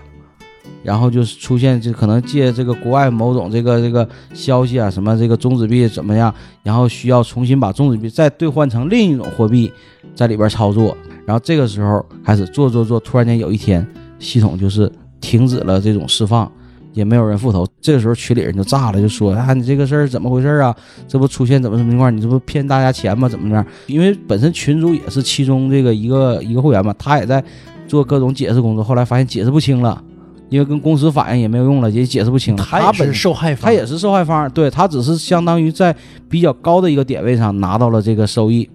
B: 然后就是出现，就可能借这个国外某种这个这个消息啊，什么这个中子币怎么样，然后需要重新把中子币再兑换成另一种货币，在里边操作。然后这个时候开始做做做，突然间有一天系统就是停止了这种释放，也没有人复投。这个时候群里人就炸了，就说啊你这个事儿怎么回事啊？这不出现怎么什么情况？你这不骗大家钱吗？怎么怎么样？因为本身群主也是其中这个一个一个会员嘛，他也在做各种解释工作，后来发现解释不清了。因为跟公司反映也没有用了，也解释不清了。
A: 他也
B: 本
A: 是受害方，
B: 他也是受害方，对他只是相当于在比较高的一个点位上拿到了这个收益，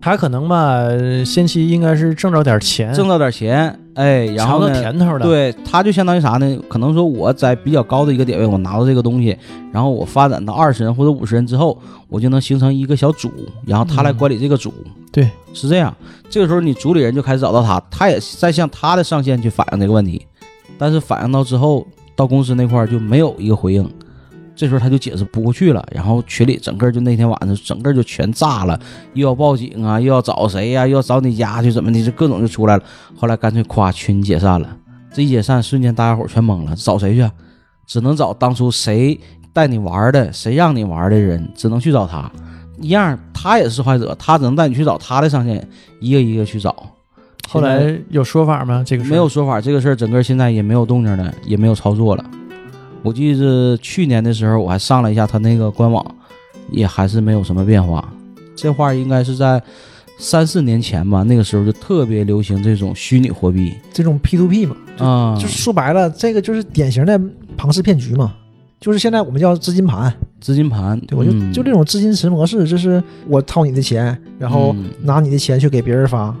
A: 他可能吧，呃先期应该是挣着点钱，
B: 挣到点钱，哎，然
A: 尝
B: 后
A: 到
B: 呢，
A: 甜头了。，
B: 对，他就相当于啥呢？可能说我在比较高的一个点位，我拿到这个东西，然后我发展到二十人或者五十人之后，我就能形成一个小组，然后他来
A: 嗯
B: 管理这个组。
A: 对，
B: 是这样。这个时候你组里人就开始找到他，他也在向他的上线去反映这个问题，但是反映到之后，到公司那块儿就没有一个回应。这时候他就解释不过去了，然后群里整个就那天晚上整个就全炸了，又要报警啊，又要找谁呀、又要找你家去怎么的，就各种就出来了。后来干脆夸群解散了，这一解散瞬间大家伙儿全懵了，找谁去啊？只能找当初谁带你玩儿的，谁让你玩儿的人，只能去找他。一样，他也是受害者，他只能带你去找他的上线，一个一个去找。
A: 后
B: 现
A: 来有说法吗？这个
B: 在
A: 事儿
B: 没有，说法，这个事儿整个现在也没有动静了，也没有操作了。我记得去年的时候，我还上了一下他那个官网，也还是没有什么变化。这话应该是在三四年前吧，那个时候就特别流行这种虚拟货币
C: 这种 P to P 嘛，
B: 啊，
C: 就是说白了，这个就是典型的庞氏骗局嘛。就是现在我们叫资金盘，
B: 资金盘。
C: 对我就
B: 嗯
C: 就这种资金池模式，就是我掏你的钱，然后
B: 嗯
C: 拿你的钱去给别人发，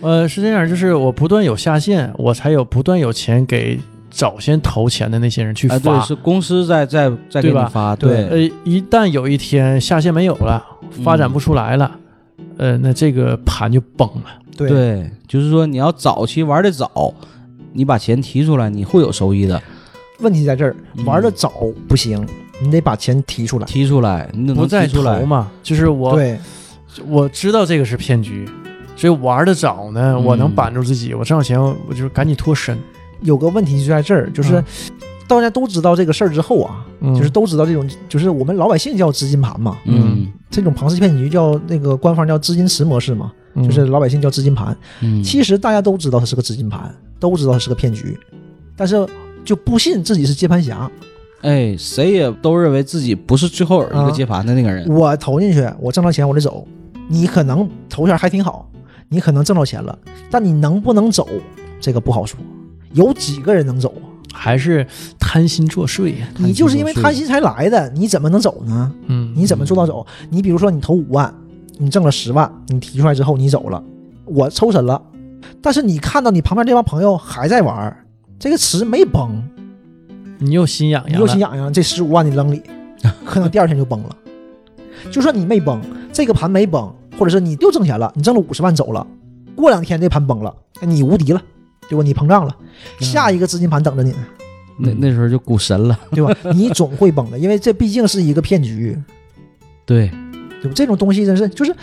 A: 呃，是这样，就是我不断有下线，我才有不断有钱给早先投钱的那些人去
B: 哎，对，
A: 发。
B: 是公司在在在
A: 对
B: 给你
A: 吧
B: 发，
C: 哎
A: 呃，一旦有一天下线没有了，发
B: 嗯
A: 展不出来了，呃，那这个盘就崩了。
C: 对，
B: 对，就是说你要早期玩的早，你把钱提出来，你会有收益的。
C: 问题在这儿，
B: 嗯
C: 玩的早不行，你得把钱提出来。
B: 提出来，你得
A: 不
B: 能
A: 再
B: 提出来
A: 投。嘛，就是我
C: 对，
A: 我知道这个是骗局，所以玩的早呢，我能
B: 嗯
A: 板住自己，我挣到钱，我我就赶紧脱身。
C: 有个问题就在这儿，就是、
A: 嗯
C: 大家都知道这个事儿之后啊，
A: 嗯
C: 就是都知道这种，就是我们老百姓叫资金盘嘛，
B: 嗯，
C: 这种庞氏骗局叫那个官方叫资金池模式嘛，
A: 嗯
C: 就是老百姓叫资金盘。
B: 嗯
C: 其实大家都知道它是个资金盘，都知道它是个骗局，但是就不信自己是接盘侠。
B: 哎，谁也都认为自己不是最后一个
C: 啊
B: 接盘的那个
A: 嗯
B: 人。
C: 我投进去，我挣到钱我得走，你可能头衔还挺好，你可能挣到钱了，但你能不能走这个不好说。有几个人能走啊？
A: 还是贪心作祟呀。
C: 你就是因为贪心才来的，你怎么能走呢？
A: 嗯，
C: 你怎么做到走？你比如说你投五万，你挣了十万，你提出来之后你走了，我抽身了，但是你看到你旁边这帮朋友还在玩儿，这个池没崩，
A: 你又心痒
C: 你
A: 痒，
C: 又心，痒痒，这十五万你 扔里，可能第二天就崩了。就算你没崩，这个盘没崩，或者是你又挣钱了，你挣了五十万走了，过两天这盘崩了，哎你无敌了，对吧？你膨胀了，
A: 嗯
C: 下一个资金盘等着你呢，嗯
B: 那那时候就股神了。
C: 对吧？你总会崩的，因为这毕竟是一个骗局。
B: 对，
C: 对吧？这种东西真是就是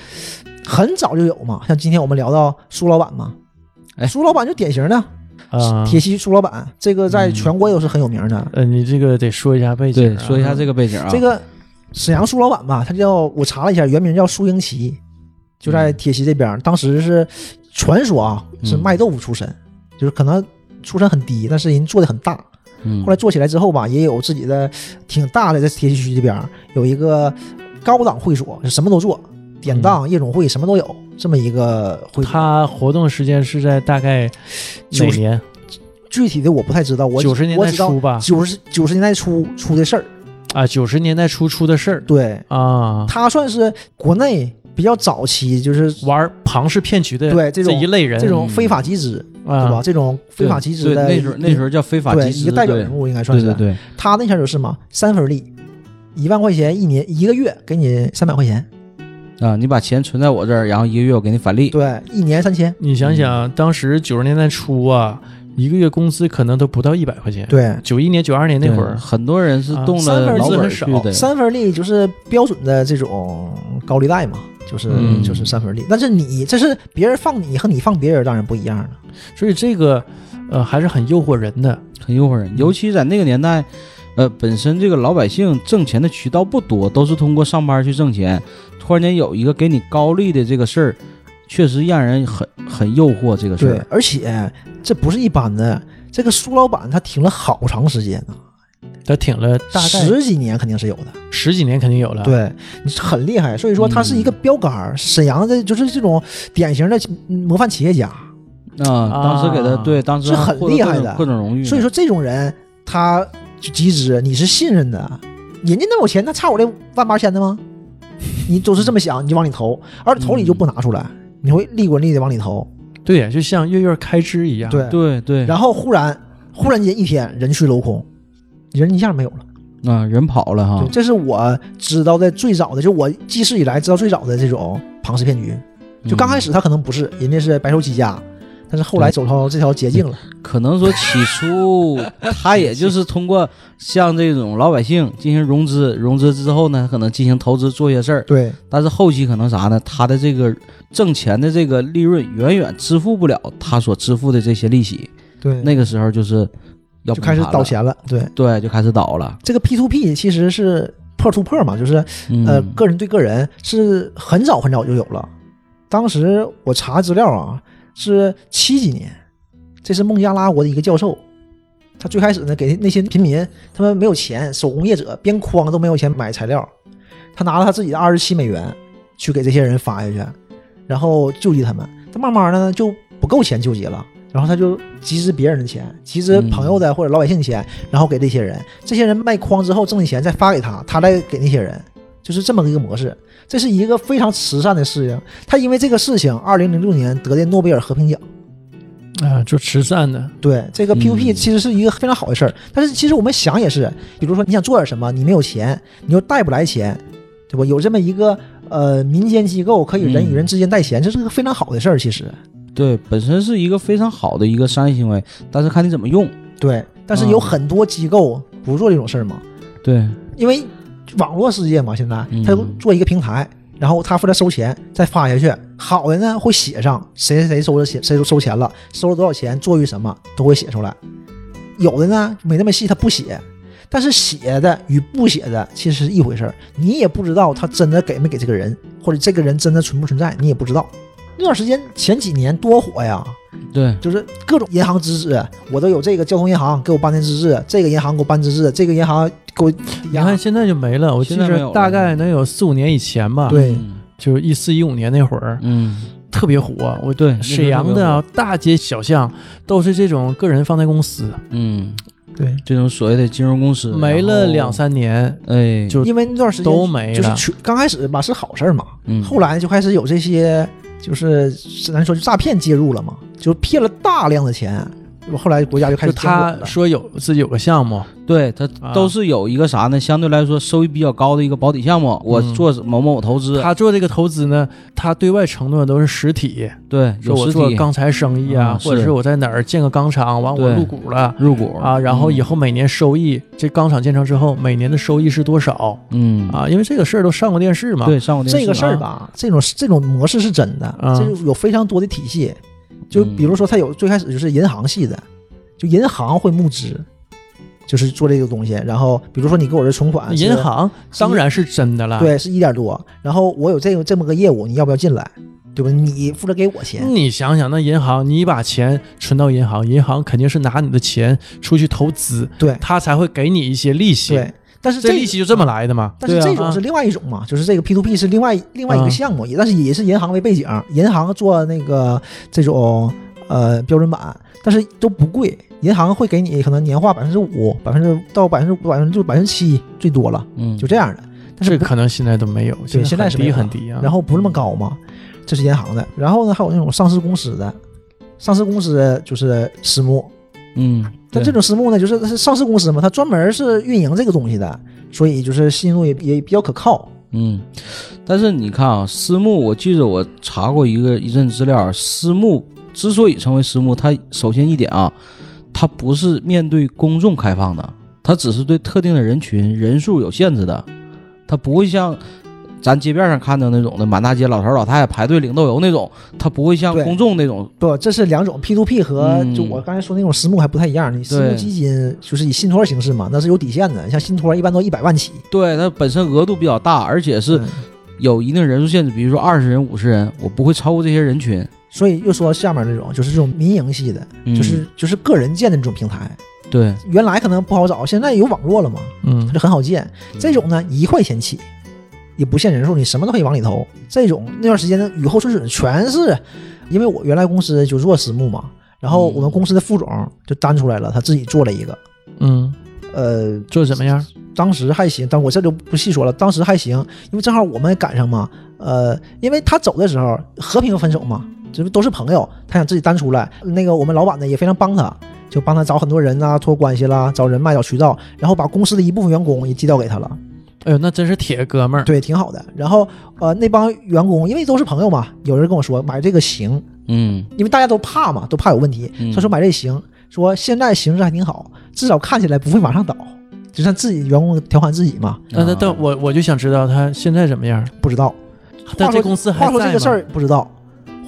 C: 很早就有嘛，像今天我们聊到苏老板嘛，
B: 哎
C: 苏老板就典型的、
A: 啊，
C: 铁西苏老板，这个在
B: 嗯啊
C: 全国也是很有名的。
A: 呃，你这个得说一下背景
B: 对，
A: 啊，
B: 说一下这个背景啊，
C: 这个沈阳苏老板吧，他叫我查了一下，原名叫苏英奇，就在铁西这边儿。当时是传说啊，是
B: 嗯
C: 卖豆腐出身，就是可能出身很低，但是人做的很大。
B: 嗯
C: 后来做起来之后吧，也有自己的挺大的，在铁西区这边儿有一个高档会所，什么都做，
B: 嗯
C: 典当、夜总会什么都有，这么一个会所。
A: 他活动时间是在大概哪
C: 90
A: 年？
C: 具体的我不太知道，我
A: 九十年
C: 我
A: 代
C: 知道
A: 初吧？
C: 九十九十年代初出的事儿。
A: 啊，九十年代初出的事儿
C: 对，
B: 嗯
A: 啊，
C: 他算是国内比较早期，就是
A: 玩庞氏骗局的
C: 对
A: 这
C: 这种
A: 一类人，
C: 这种非法集资，对吧？
A: 啊，
C: 这种非法集
B: 嗯
C: 资
B: 对
C: 的
B: 那时候那时候叫非法
C: 对
B: 集
C: 一
B: 资，
C: 个代表
B: 对
C: 人物应该算
B: 对
C: 是。
B: 对对，
C: 他那前就是嘛，三分利，一万块钱一年一个月给你三百块钱，
B: 啊，你把钱存在我这儿，然后一个月我给你返利，
C: 对，一年三千，
A: 你想
C: 嗯
A: 想，当时九十年代初啊，一个月工资可能都不到一百块钱。
C: 对。
A: 九一年、九二年那
B: 对
A: 会儿，
B: 很多人是
A: 啊
B: 动
C: 三分
B: 了
C: 儿
B: 老
A: 资
B: 本
A: 很
B: 儿
A: 少
B: 去的，
C: 三分利就是标准的这种高利贷嘛，就是、
B: 嗯
C: 就是三分利。但是你这是别人放你和你放别人当然不一样了。
A: 所以这个呃还是很诱惑人的。
B: 很诱惑人，尤其在那个年代，呃，本身这个老百姓挣钱的渠道不多，都是通过上班去挣钱。突然间有一个给你高利的这个事儿，确实让人很很诱惑这个事
C: 对
B: 儿。，
C: 而且这不是一般的，这个苏老板他停了好长时间呢，
A: 他挺了大概
C: 十几年肯定是有的。啊
A: 十几年，肯定有了。，
C: 对，你是很厉害，所以说他是一个标杆儿。沈阳的就是这种典型的模范企业家，
B: 啊、当时给他、
A: 啊
B: 对，当时
C: 是很
B: 获得
C: 厉害
B: 各种
C: 的
B: 各种荣誉。
C: 所以说这种人他就集资，你是信任的，人家那么有钱，那差我这万八千的吗？你总是这么想，你就往里投，而投你就不拿出
B: 嗯
C: 来，你会利滚利的往里投，
A: 对，就像月月开支一样。
C: 对，
B: 啊对对，
C: 然后忽然忽然间一天人去楼空，人一下没有了。
B: 啊、人跑了哈
C: 对，，这是我知道的最早的，就我记事以来知道最早的这种庞氏骗局。
B: 嗯
C: 就刚开始他可能不是，人家是白手起家，但是后来走到这条捷径了。
B: 嗯可能说起 初他也就是通过像这种老百姓进行融资，融资之后呢，可能进行投资做一些事儿，
C: 对
B: 但是后期可能啥呢？他的这个挣钱的这个利润远远支付不了他所支付的这些利息，
C: 对
B: 那个时候就是要
C: 就开始
B: 崩盘
C: 倒
B: 了，
C: 钱了。对，
B: 对，就开始倒了。
C: 这个 P to P 其实是 p 突破嘛，就是
B: 嗯、
C: 呃个人对个人是很早很早就有了。当时我查资料啊，是七几年，这是孟加拉国的一个教授，他最开始呢给那些平民，他们没有钱，手工业者编筐都没有钱买材料，他拿了他自己的二十七美元去给这些人发下去，然后救济他们。他慢慢的呢就不够钱救济了，然后他就集资别人的钱，集资朋友的或者老百姓的钱，然后给这些人，这些人卖筐之后挣的钱再发给他，他再给那些人，就是这么一个模式。这是一个非常慈善的事情。他因为这个事情，二零零六年得的诺贝尔和平奖。
A: 啊，就慈善的，
C: 对，这个
B: 嗯
C: P to P 其实是一个非常好的事儿，但是其实我们想也是，比如说你想做点什么，你没有钱，你又带不来钱，对吧？有这么一个呃民间机构可以人与人之间带钱，这是个非常好的事儿。其实
B: 对本身是一个非常好的一个商业行为，但是看你怎么用。
C: 对，但是有很多机构不做这种事儿嘛，
B: 对，
C: 因为网络世界嘛，现在
B: 嗯
C: 他就做一个平台，然后他负责收钱，再发下去。好的呢会写上谁谁谁收了钱，谁收收钱了，收了多少钱，做于什么都会写出来。有的呢没那么细，他不写，但是写的与不写的其实是一回事儿。你也不知道他真的给没给这个人，或者这个人真的存不存在，你也不知道。那段时间前几年多火呀，
B: 对，
C: 就是各种银行资质，我都有这个交通银行给我办的资质，这个银行给我办资质，这个银行给我
A: 你看现在就没了。我记
B: 现在没有
A: 得
B: 了
A: 大概能有四五年以前吧，
C: 对
B: 嗯
A: 就是一四一五年那会儿
B: 嗯，
A: 特别火。我
B: 对，
A: 沈阳的啊大街小巷都是这种个人放贷公司，
B: 嗯，
C: 对，
B: 这种所谓的金融公司
A: 没了两，三年
B: 然后哎，
A: 就
C: 因为那段时间
A: 都没
C: 就是
A: 了。
C: 去刚开始吧是好事儿嘛，
B: 嗯
C: 后来就开始有这些就是咱说就诈骗介入了嘛，就骗了大量的钱，后来国家就开
A: 就
C: 始监管
A: 他
C: 了。
A: 说有自己有个项目，
B: 对它
A: 啊
B: 都是有一个啥呢？相对来说收益比较高的一个保底项目，我
A: 嗯
B: 做某某投资，
A: 他做这个投资呢，他对外承诺的都是实体，
B: 对
A: 说
B: 有
A: 我
B: 实
A: 做
B: 体
A: 钢材生意啊，
B: 嗯
A: 或者
B: 是
A: 是我在哪儿建个钢厂，完我
B: 对嗯
A: 入股了
B: 入股
A: 啊，然后以
B: 嗯
A: 后每年收益，这钢厂建成之后每年的收益是多少
B: 嗯
A: 啊？因为这个事儿都上过电视嘛。
B: 对上过电视
C: 这个事儿
B: 啊
C: 吧，这种这种模式是真的，
A: 啊
C: 这有非常多的体系。就
B: 嗯
C: 比如说，它有最开始就是银行系的，就银行会募资，就是做这个东西。然后比如说你给我这存款，
A: 银行啊当然是真的了。
C: 是对是一点多，然后我有这个这么个业务，你要不要进来？对吧？你负责给我钱，
A: 你想想，那银行，你把钱存到银行，银行肯定是拿你的钱出去投资，
C: 对
A: 他才会给你一些利息。
C: 对。但是
A: 这
C: 这
A: 利息就这么来的嘛？
C: 但是
A: 对
C: 这
A: 啊
C: 种是另外一种嘛，就是这个 P to P 是另外另外一个项目，也但是也是银行为背景，银行做那个这种呃标准版，但是都不贵，银行会给你可能年化百分之五、百分之到百分之五、百分之百分之七最多了，
B: 嗯
C: 就这样的。但
A: 这
C: 是不
A: 可能现在都没有，
C: 对现在
A: 很
C: 是
A: 低
C: 没有
A: 很低啊。
C: 然后不那么高嘛，这是银行的。然后呢，还有那种上市公司的，上市公司就是私募，
B: 嗯，
C: 但
B: 对
C: 这种私募呢，就是它是上市公司嘛，它专门是运营这个东西的，所以就是信用也也比较可靠。
B: 嗯，但是你看啊，私募，我记得我查过一个一阵资料，私募之所以成为私募，它首先一点啊，它不是面对公众开放的，它只是对特定的人群人数有限制的，它不会像咱街面上看到那种的满大街老头老太太排队领豆油那种，它不会像
C: 对
B: 公众那种，
C: 不，这是两种 P to P 和
B: 嗯
C: 就我刚才说那种私募还不太一样。你私募
B: 对
C: 基金就是以信托形式嘛，那是有底线的，像信托一般都一百万起。
B: 对它本身额度比较大，而且是
C: 嗯
B: 有一定人数限制，比如说二十人、五十人，我不会超过这些人群，
C: 所以又说下面这种就是这种民营系的，
B: 嗯
C: 就是就是个人建的这种平台，
B: 对，
C: 原来可能不好找，现在有网络了嘛，
A: 嗯
C: 它，就很好建。
B: 嗯
C: 这种呢，一块钱起，也不限人数，你什么都可以往里投。这种那段时间的雨后春笋全是，因为我原来公司就做私募嘛，然后我们
B: 嗯
C: 公司的副总就单出来了，他自己做了一个，
A: 嗯，
C: 呃，
A: 做怎么样？
C: 当时还行，但我这就不细说了。当时还行，因为正好我们赶上嘛。呃，因为他走的时候和平分手嘛，这不都是朋友，他想自己单出来。那个我们老板呢也非常帮他，就帮他找很多人呐、托关系啦，找人脉，找渠道，然后把公司的一部分员工也寄调给他了。
A: 哎呦，那真是铁哥们儿。
C: 对，挺好的。然后呃，那帮员工因为都是朋友嘛，有人跟我说买这个行，
B: 嗯
C: 因为大家都怕嘛，都怕有问题。
B: 嗯
C: 他说买这行，说现在形势还挺好，至少看起来不会马上倒，就算自己员工调侃自己嘛，
A: 那那
B: 啊
A: 但我我就想知道他现在怎么样？
C: 不知道。
A: 但
C: 话说
A: 这公司还
C: 话说
A: 在
C: 这个事
A: 吗
C: 儿不知道，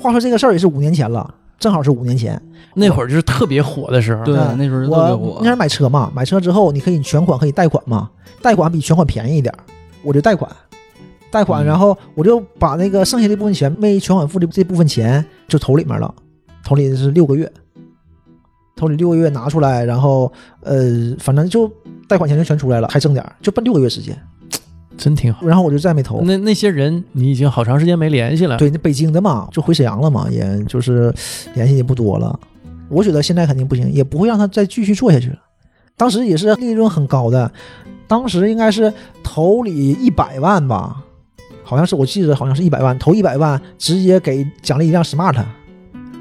C: 话说这个事儿也是五年前了，正好是五年前。
A: 那会儿就是特别火的时候。
B: 对
C: 嗯
B: 那时候就特别
C: 我
B: 火
C: 那时候买车嘛，买车之后你可以全款可以贷款嘛，贷款比全款便宜一点儿，我就贷款，贷款，
B: 嗯
C: 然后我就把那个剩下的部分钱没全款付的这部分钱就投里面了，投里是六个月，投里六个月拿出来，然后呃，反正就贷款钱就全出来了，还剩点儿，就奔六个月时间，
A: 真挺好。
C: 然后我就再没投。
A: 那那些人你已经好长时间没联系了。
C: 对，那北京的嘛，就回沈阳了嘛，也就是联系也不多了。我觉得现在肯定不行，也不会让他再继续做下去了。当时也是利润很高的，当时应该是投里一百万吧，好像是我记得好像是一百万，投一百万直接给奖励一辆 smart。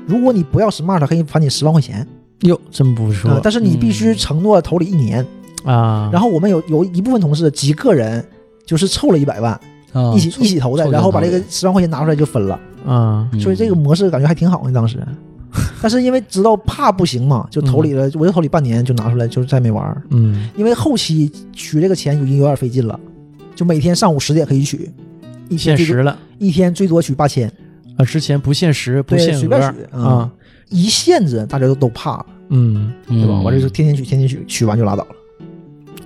C: 如果你不要 smart，可以返你十万块钱
A: 哟，真不
C: 啊、
A: 错
C: 但是你必须
B: 嗯
C: 承诺投里一年。
A: 啊。
C: 然后我们有有一部分同事几个人就是凑了一百万，
B: 啊
C: 一起一起投的，
B: 凑
C: 然后把
B: 凑
C: 这个
B: 钱
C: 十万块钱拿出来就分了。
A: 啊，
B: 嗯
C: 所以这个模式感觉还挺好呢，当时。但是因为知道怕不行嘛，就投里了，我就投里半年就拿出来，就再没玩儿。
A: 嗯，
C: 因为后期取这个钱已经有点费劲了，就每天上午十点可以取，一
A: 限
C: 天最多
A: 时了
C: 一天最多取八千，
A: 啊，之前不限时，不
C: 对，
A: 限
C: 随便嗯
A: 额
C: 取
A: 啊，
C: 一限制大家都都怕了，
A: 嗯，
C: 对
B: 对
C: 吧？完了就天天取，天天取，取完就拉倒了。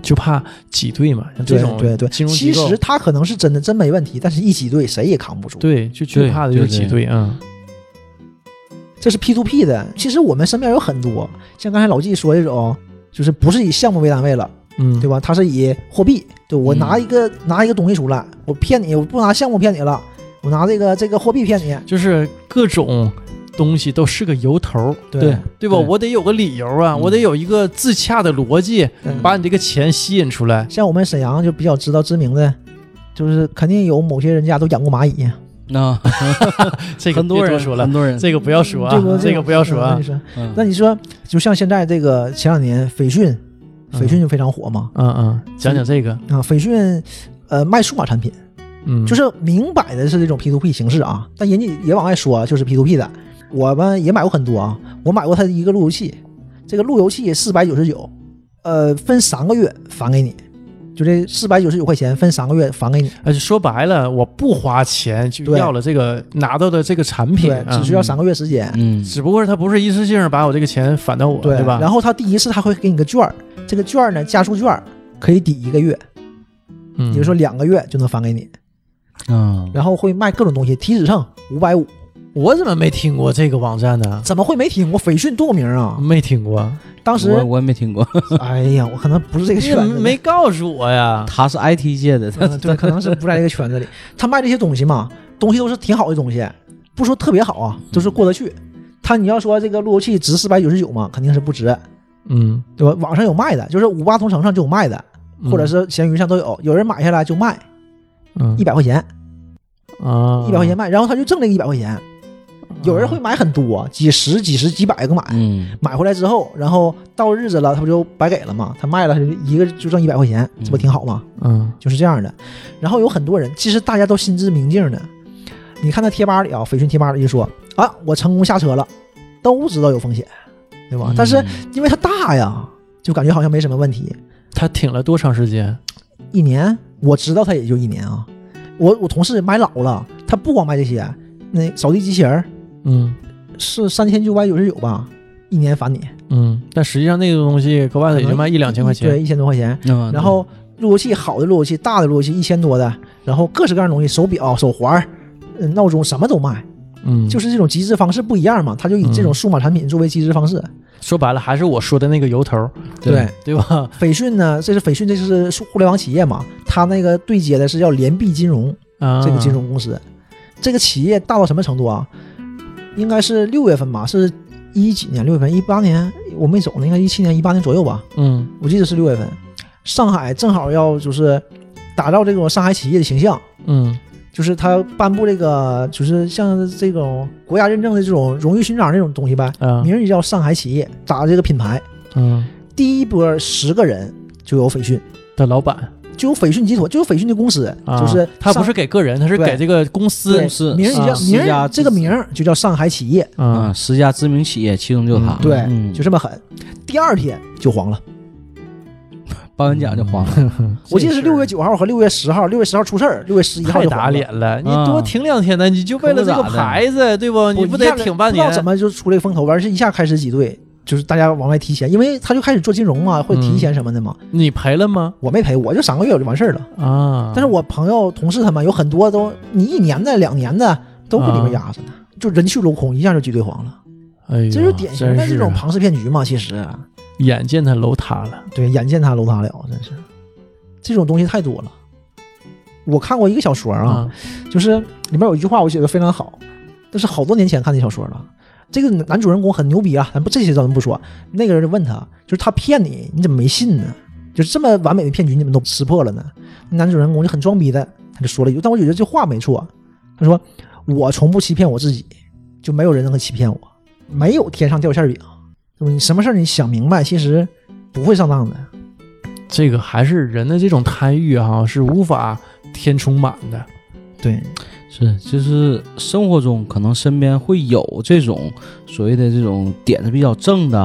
A: 就怕挤兑嘛，像这
C: 对
A: 种
C: 对对，
A: 金融机
C: 其
A: 构
C: 实他可能是真的真没问题，但是一挤兑谁也扛不住。
A: 对，就最怕的就是挤兑啊，
C: 这是 P to P 的，其实我们身边有很多，像刚才老纪说这种，就是不是以项目为单位了。
A: 嗯，
C: 对吧？它是以货币，对我
B: 嗯
C: 拿一个、拿一个东西出来，我骗你，我不拿项目骗你了，我拿这个这个货币骗你，
A: 就是各种东西都是个由头，
B: 对
A: 对吧？
B: 对
A: 我得有个理由啊，
B: 嗯
A: 我得有一个自洽的逻辑，
C: 嗯
A: 把你这个钱吸引出来。
B: 啊
C: 像我们沈阳就比较知道知名的，就是肯定有某些人家都养过蚂蚁，
B: 那
C: 嗯
A: 这个
B: 很多
A: 别多
B: 人
A: 说了
B: 很，多人
A: 这个不要说
C: 这个
A: 啊，这个不要说啊
C: 你，说，
B: 嗯
C: 那你说，就像现在这个前两年斐讯，
A: 嗯
C: 斐讯就非常火嘛
A: 嗯嗯，讲讲这个，
C: 啊，斐讯。呃，卖数码产品
A: 嗯，
C: 就是明摆的是这种 P to P 形式啊，但人家也往外说啊就是 P to P 的。我们也买过很多啊，我买过它的一个路由器，这个路由器四百九十九，呃，分三个月返给你，就这四百九十九块钱分三个月返给你，
A: 而且说白了，我不花钱就
C: 对
A: 要了这个拿到的这个产品
C: 对，
A: 啊
C: 只，需要三个月时间。
B: 嗯
A: 只不过是它不是一次性把我这个钱返到我，
C: 对
A: 对吧？
C: 然后他第一次他会给你个券儿，这个券儿呢加速券儿可以抵一个月，
A: 嗯
C: 也就是说两个月就能返给你。
B: 嗯
C: 然后会卖各种东西，体脂秤五百五，
A: 我怎么没听过这个网站呢？
C: 怎么会没听过？斐讯多有名啊！
A: 没听过，
C: 当时
B: 我我也没 听过，
C: 哎呀，我可能不是这个
A: 你
C: 圈
A: 怎
C: 子
A: 么
C: 的，
A: 没告诉我呀？
B: 他是 IT 界的，他
C: 嗯 对，可能是不在这个圈子里。他卖这些东西嘛，东西都是挺好的东西，不说特别好啊，都
A: 嗯
C: 是过得去。他你要说这个路由器值四百九十九嘛，肯定是不值，
A: 嗯，
C: 对吧？网上有卖的，就是五八同城上就有卖的，
A: 嗯
C: 或者是闲鱼上都有，有人买下来就卖
A: 嗯
C: 一百块钱，
A: 啊，
C: 一百块钱卖，然后他就挣这个一百块钱。
A: 嗯
C: 有人会买很多，几十、几十、几百个买，
B: 嗯
C: 买回来之后，然后到日子了，他不就白给了吗？他卖了，他就一个就挣一百块钱，这不挺好吗？
A: 嗯，
C: 就是这样的。然后有很多人，其实大家都心知明镜的。你看那贴吧里啊，斐讯贴吧里就说啊，我成功下车了，都知道有风险，对吧？
A: 嗯
B: 嗯
C: 但是因为它大呀，就感觉好像没什么问题。
A: 他挺了多长时间？
C: 一年，我知道它也就一年啊。我我同事买老了，他不光卖这些，那扫地机器人儿
A: 嗯
C: 是三千九百九十九吧，一年返你
A: 嗯，但实际上那个东西搁外头也就卖一两千块钱，
C: 对，一千多块钱。
B: 嗯
C: 然后路由器好的路由器，大的路由器一千多的，然后各式各样的东西，手表、手环儿、嗯闹钟什么都卖，
A: 嗯，
C: 就是这种集资方式不一样嘛，他就以这种数码产品作为集资方式。
A: 说白了还是我说的那个由头儿，
B: 对，
A: 对吧？
C: 斐讯呢，这是斐讯，这是数互联网企业嘛，它那个对接的是叫联币金融
A: 啊，
C: 这个金融公司，这个企业大到什么程度啊？应该是六月份吧，是一几年？六月份？一八年？我没走呢，应该一七年、一八年左右吧。
A: 嗯
C: 我记得是六月份，上海正好要就是打造这种上海企业的形象，
A: 嗯
C: 就是他颁布这个就是像这种国家认证的这种荣誉勋章这种东西呗，
A: 啊
C: 名儿就叫上海企业，打这个品牌，
A: 嗯
C: 第一波十个人就有斐讯，
A: 的老板，
C: 就有斐讯集团，就有斐讯的公司，
A: 啊
C: 就是
A: 他不
C: 上
A: 是给个人，他是
C: 对
A: 给这个公
C: 对
A: 司，
B: 司
C: 名儿就
A: 啊
C: 叫
B: 私
C: 名
B: 家
C: 儿，这个名儿就叫上海企业，
A: 嗯
B: 啊，十家知名企业，其中就有他，
A: 嗯
C: 对，
B: 嗯
C: 就这么狠。第二天就黄了，
B: 颁完奖就黄了，
C: 我记得是六月九号和六月十号，六月十号出事儿，六月十一号
A: 太
C: 就黄
A: 打
C: 了。
A: 脸了！你
B: 啊
C: 嗯
A: 多停两天呢，你就为了这个牌子，对不？你
C: 不
A: 得挺半
C: 不知
A: 年
C: 道？怎么就出这个风头，完事一下开始挤兑，就是大家往外提钱，因为他就开始做金融嘛，会
A: 嗯
C: 提钱什么的嘛。
A: 你赔了吗？
C: 我没赔，我就三个月我就完事儿了。
A: 啊！
C: 但是我朋友、同事他们有很多都你一年的、两年的都不里面压着呢，就人去楼空，一下就挤兑黄
A: 嗯
C: 了。
A: 哎呦，
C: 这就是典型的
A: 真是
C: 这种
A: 啊
C: 庞氏骗局嘛，其实
A: 眼见他楼塌了，
C: 对，眼见他楼塌了，真是这种东西太多了。我看过一个小说啊，
A: 啊
C: 就是里面有一句话，我觉得非常好，但是好多年前看的小说了。这个男主人公很牛逼啊，咱不这些咱不说。那个人就问他，就是他骗你，你怎么没信呢？就是这么完美的骗局，你们都识破了呢？男主人公就很装逼的，他就说了一句，但我觉得这话没错。他说：“我从不欺骗我自己，就没有人能够欺骗我，没有天上掉馅儿饼，对吧？你什么事儿你想明白，其实不会上当的。
A: 这个还是人的这种贪欲哈、是无法填充满的。
C: 对，
B: 是就是生活中可能身边会有这种所谓的这种点子比较正的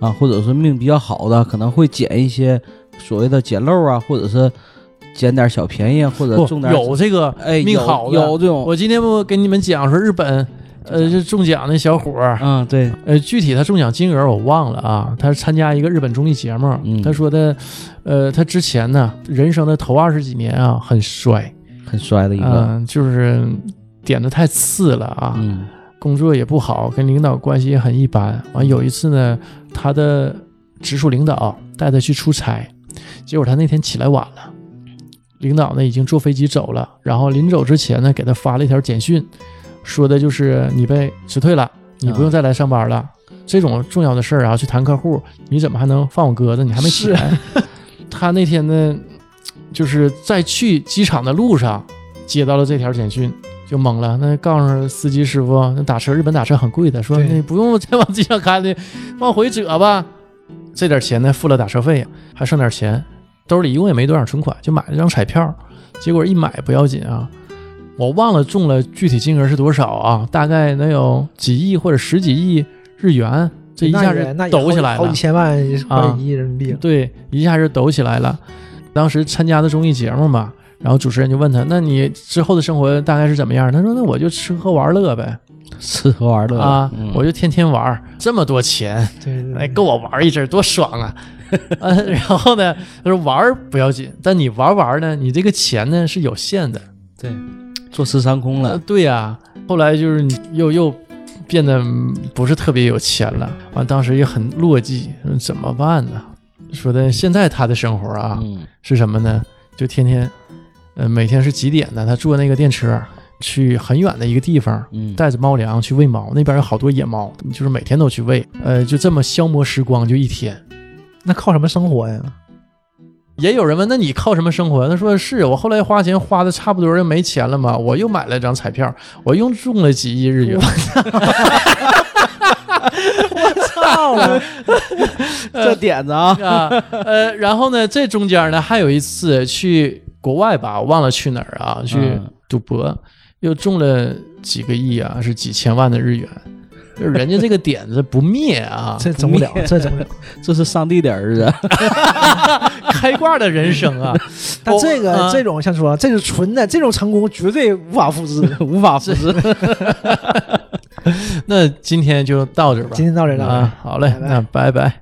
B: 啊，或者是命比较好的，可能会捡一些所谓的捡漏啊，或者是捡点小便宜啊，或者
A: 不
B: 中点
A: 有这个，
B: 哎
A: 命
B: 有
A: 好的
B: 有这种
A: 我今天不给你们讲说日本，呃，就中奖那小伙儿，
B: 嗯对
A: 呃，具体他中奖金额我忘了啊。他参加一个日本综艺节目，
B: 嗯
A: 他说的，呃，他之前呢，人生的头二十几年啊，很衰，
B: 很衰的一
A: 嗯、
B: 个
A: 就是点的太次了啊，
B: 嗯
A: 工作也不好，跟领导关系也很一般。完有一次呢，他的直属领导带他去出差，结果他那天起来晚了，领导呢已经坐飞机走了，然后临走之前呢给他发了一条简讯，说的就是你被辞退了，你
B: 嗯
A: 不用再来上班了。这种重要的事儿啊，去谈客户，你怎么还能放我鸽子？你还没起来？ 他那天呢，就是在去机场的路上接到了这条简讯，就懵了。那告诉司机师傅，那打车日本打车很贵的，说
C: 对
A: 你不用再往机上开了，往回折吧。这点钱呢，付了打车费，还剩点钱，兜里一共也没多少存款，就买了张彩票。结果一买不要紧啊，我忘了中了具体金额是多少啊，大概能有几亿或者十几亿日元，这一下
C: 那也
A: 子
C: 那也
A: 抖起
C: 好
A: 来
C: 好
A: 了
C: 几。千万，快
A: 啊
C: 一亿人民币了。
A: 对，一下就抖起来了。当时参加的综艺节目嘛，然后主持人就问他：“那你之后的生活大概是怎么样？”他说：“那我就吃喝玩乐呗，
B: 吃喝玩乐
A: 啊，
B: 嗯
A: 我就天天玩儿，这么多钱，
C: 对对，
A: 哎，够我玩儿一阵儿，多爽 啊！”呃，然后呢，他说玩儿不要紧，但你玩儿玩儿呢，你这个钱呢是有限的。
B: 对坐吃山空
A: 呃
B: 了，
A: 对呀、后来就是你又又变得嗯不是特别有钱了，完、当时也很落寂，嗯怎么办呢？说的现在他的生活啊，
B: 嗯，
A: 是什么呢？就天天，呃，每天是几点呢？他坐那个电车去很远的一个地方，
B: 嗯，
A: 带着猫粮去喂猫。那边有好多野猫，就是每天都去喂。呃，就这么消磨时光，就一天。
C: 那靠什么生活呀？
A: 也有人问，那你靠什么生活？他说是我后来花钱花的差不多就没钱了嘛，我又买了张彩票，我又中了几亿日元。
C: 操了！
B: 这点子啊，
A: 啊，呃，然后呢，这中间呢，还有一次去国外吧，我忘了去哪儿啊，去
B: 嗯
A: 赌博，又中了几个亿啊，是几千万的日元，就人家这个点子不灭啊
C: ，这整不了，这整不了。
A: 呃
B: 这是上帝的儿 子，
A: 开挂的人生 啊，
C: 但
A: 我
C: 这个
A: 啊
C: 这种像说，这是纯的，这种成功绝对无法复制。
B: 无法复制。
A: 那今天就到这儿吧
C: 今，天到这儿了。
A: 啊，好嘞
C: 拜，拜
A: 那拜拜。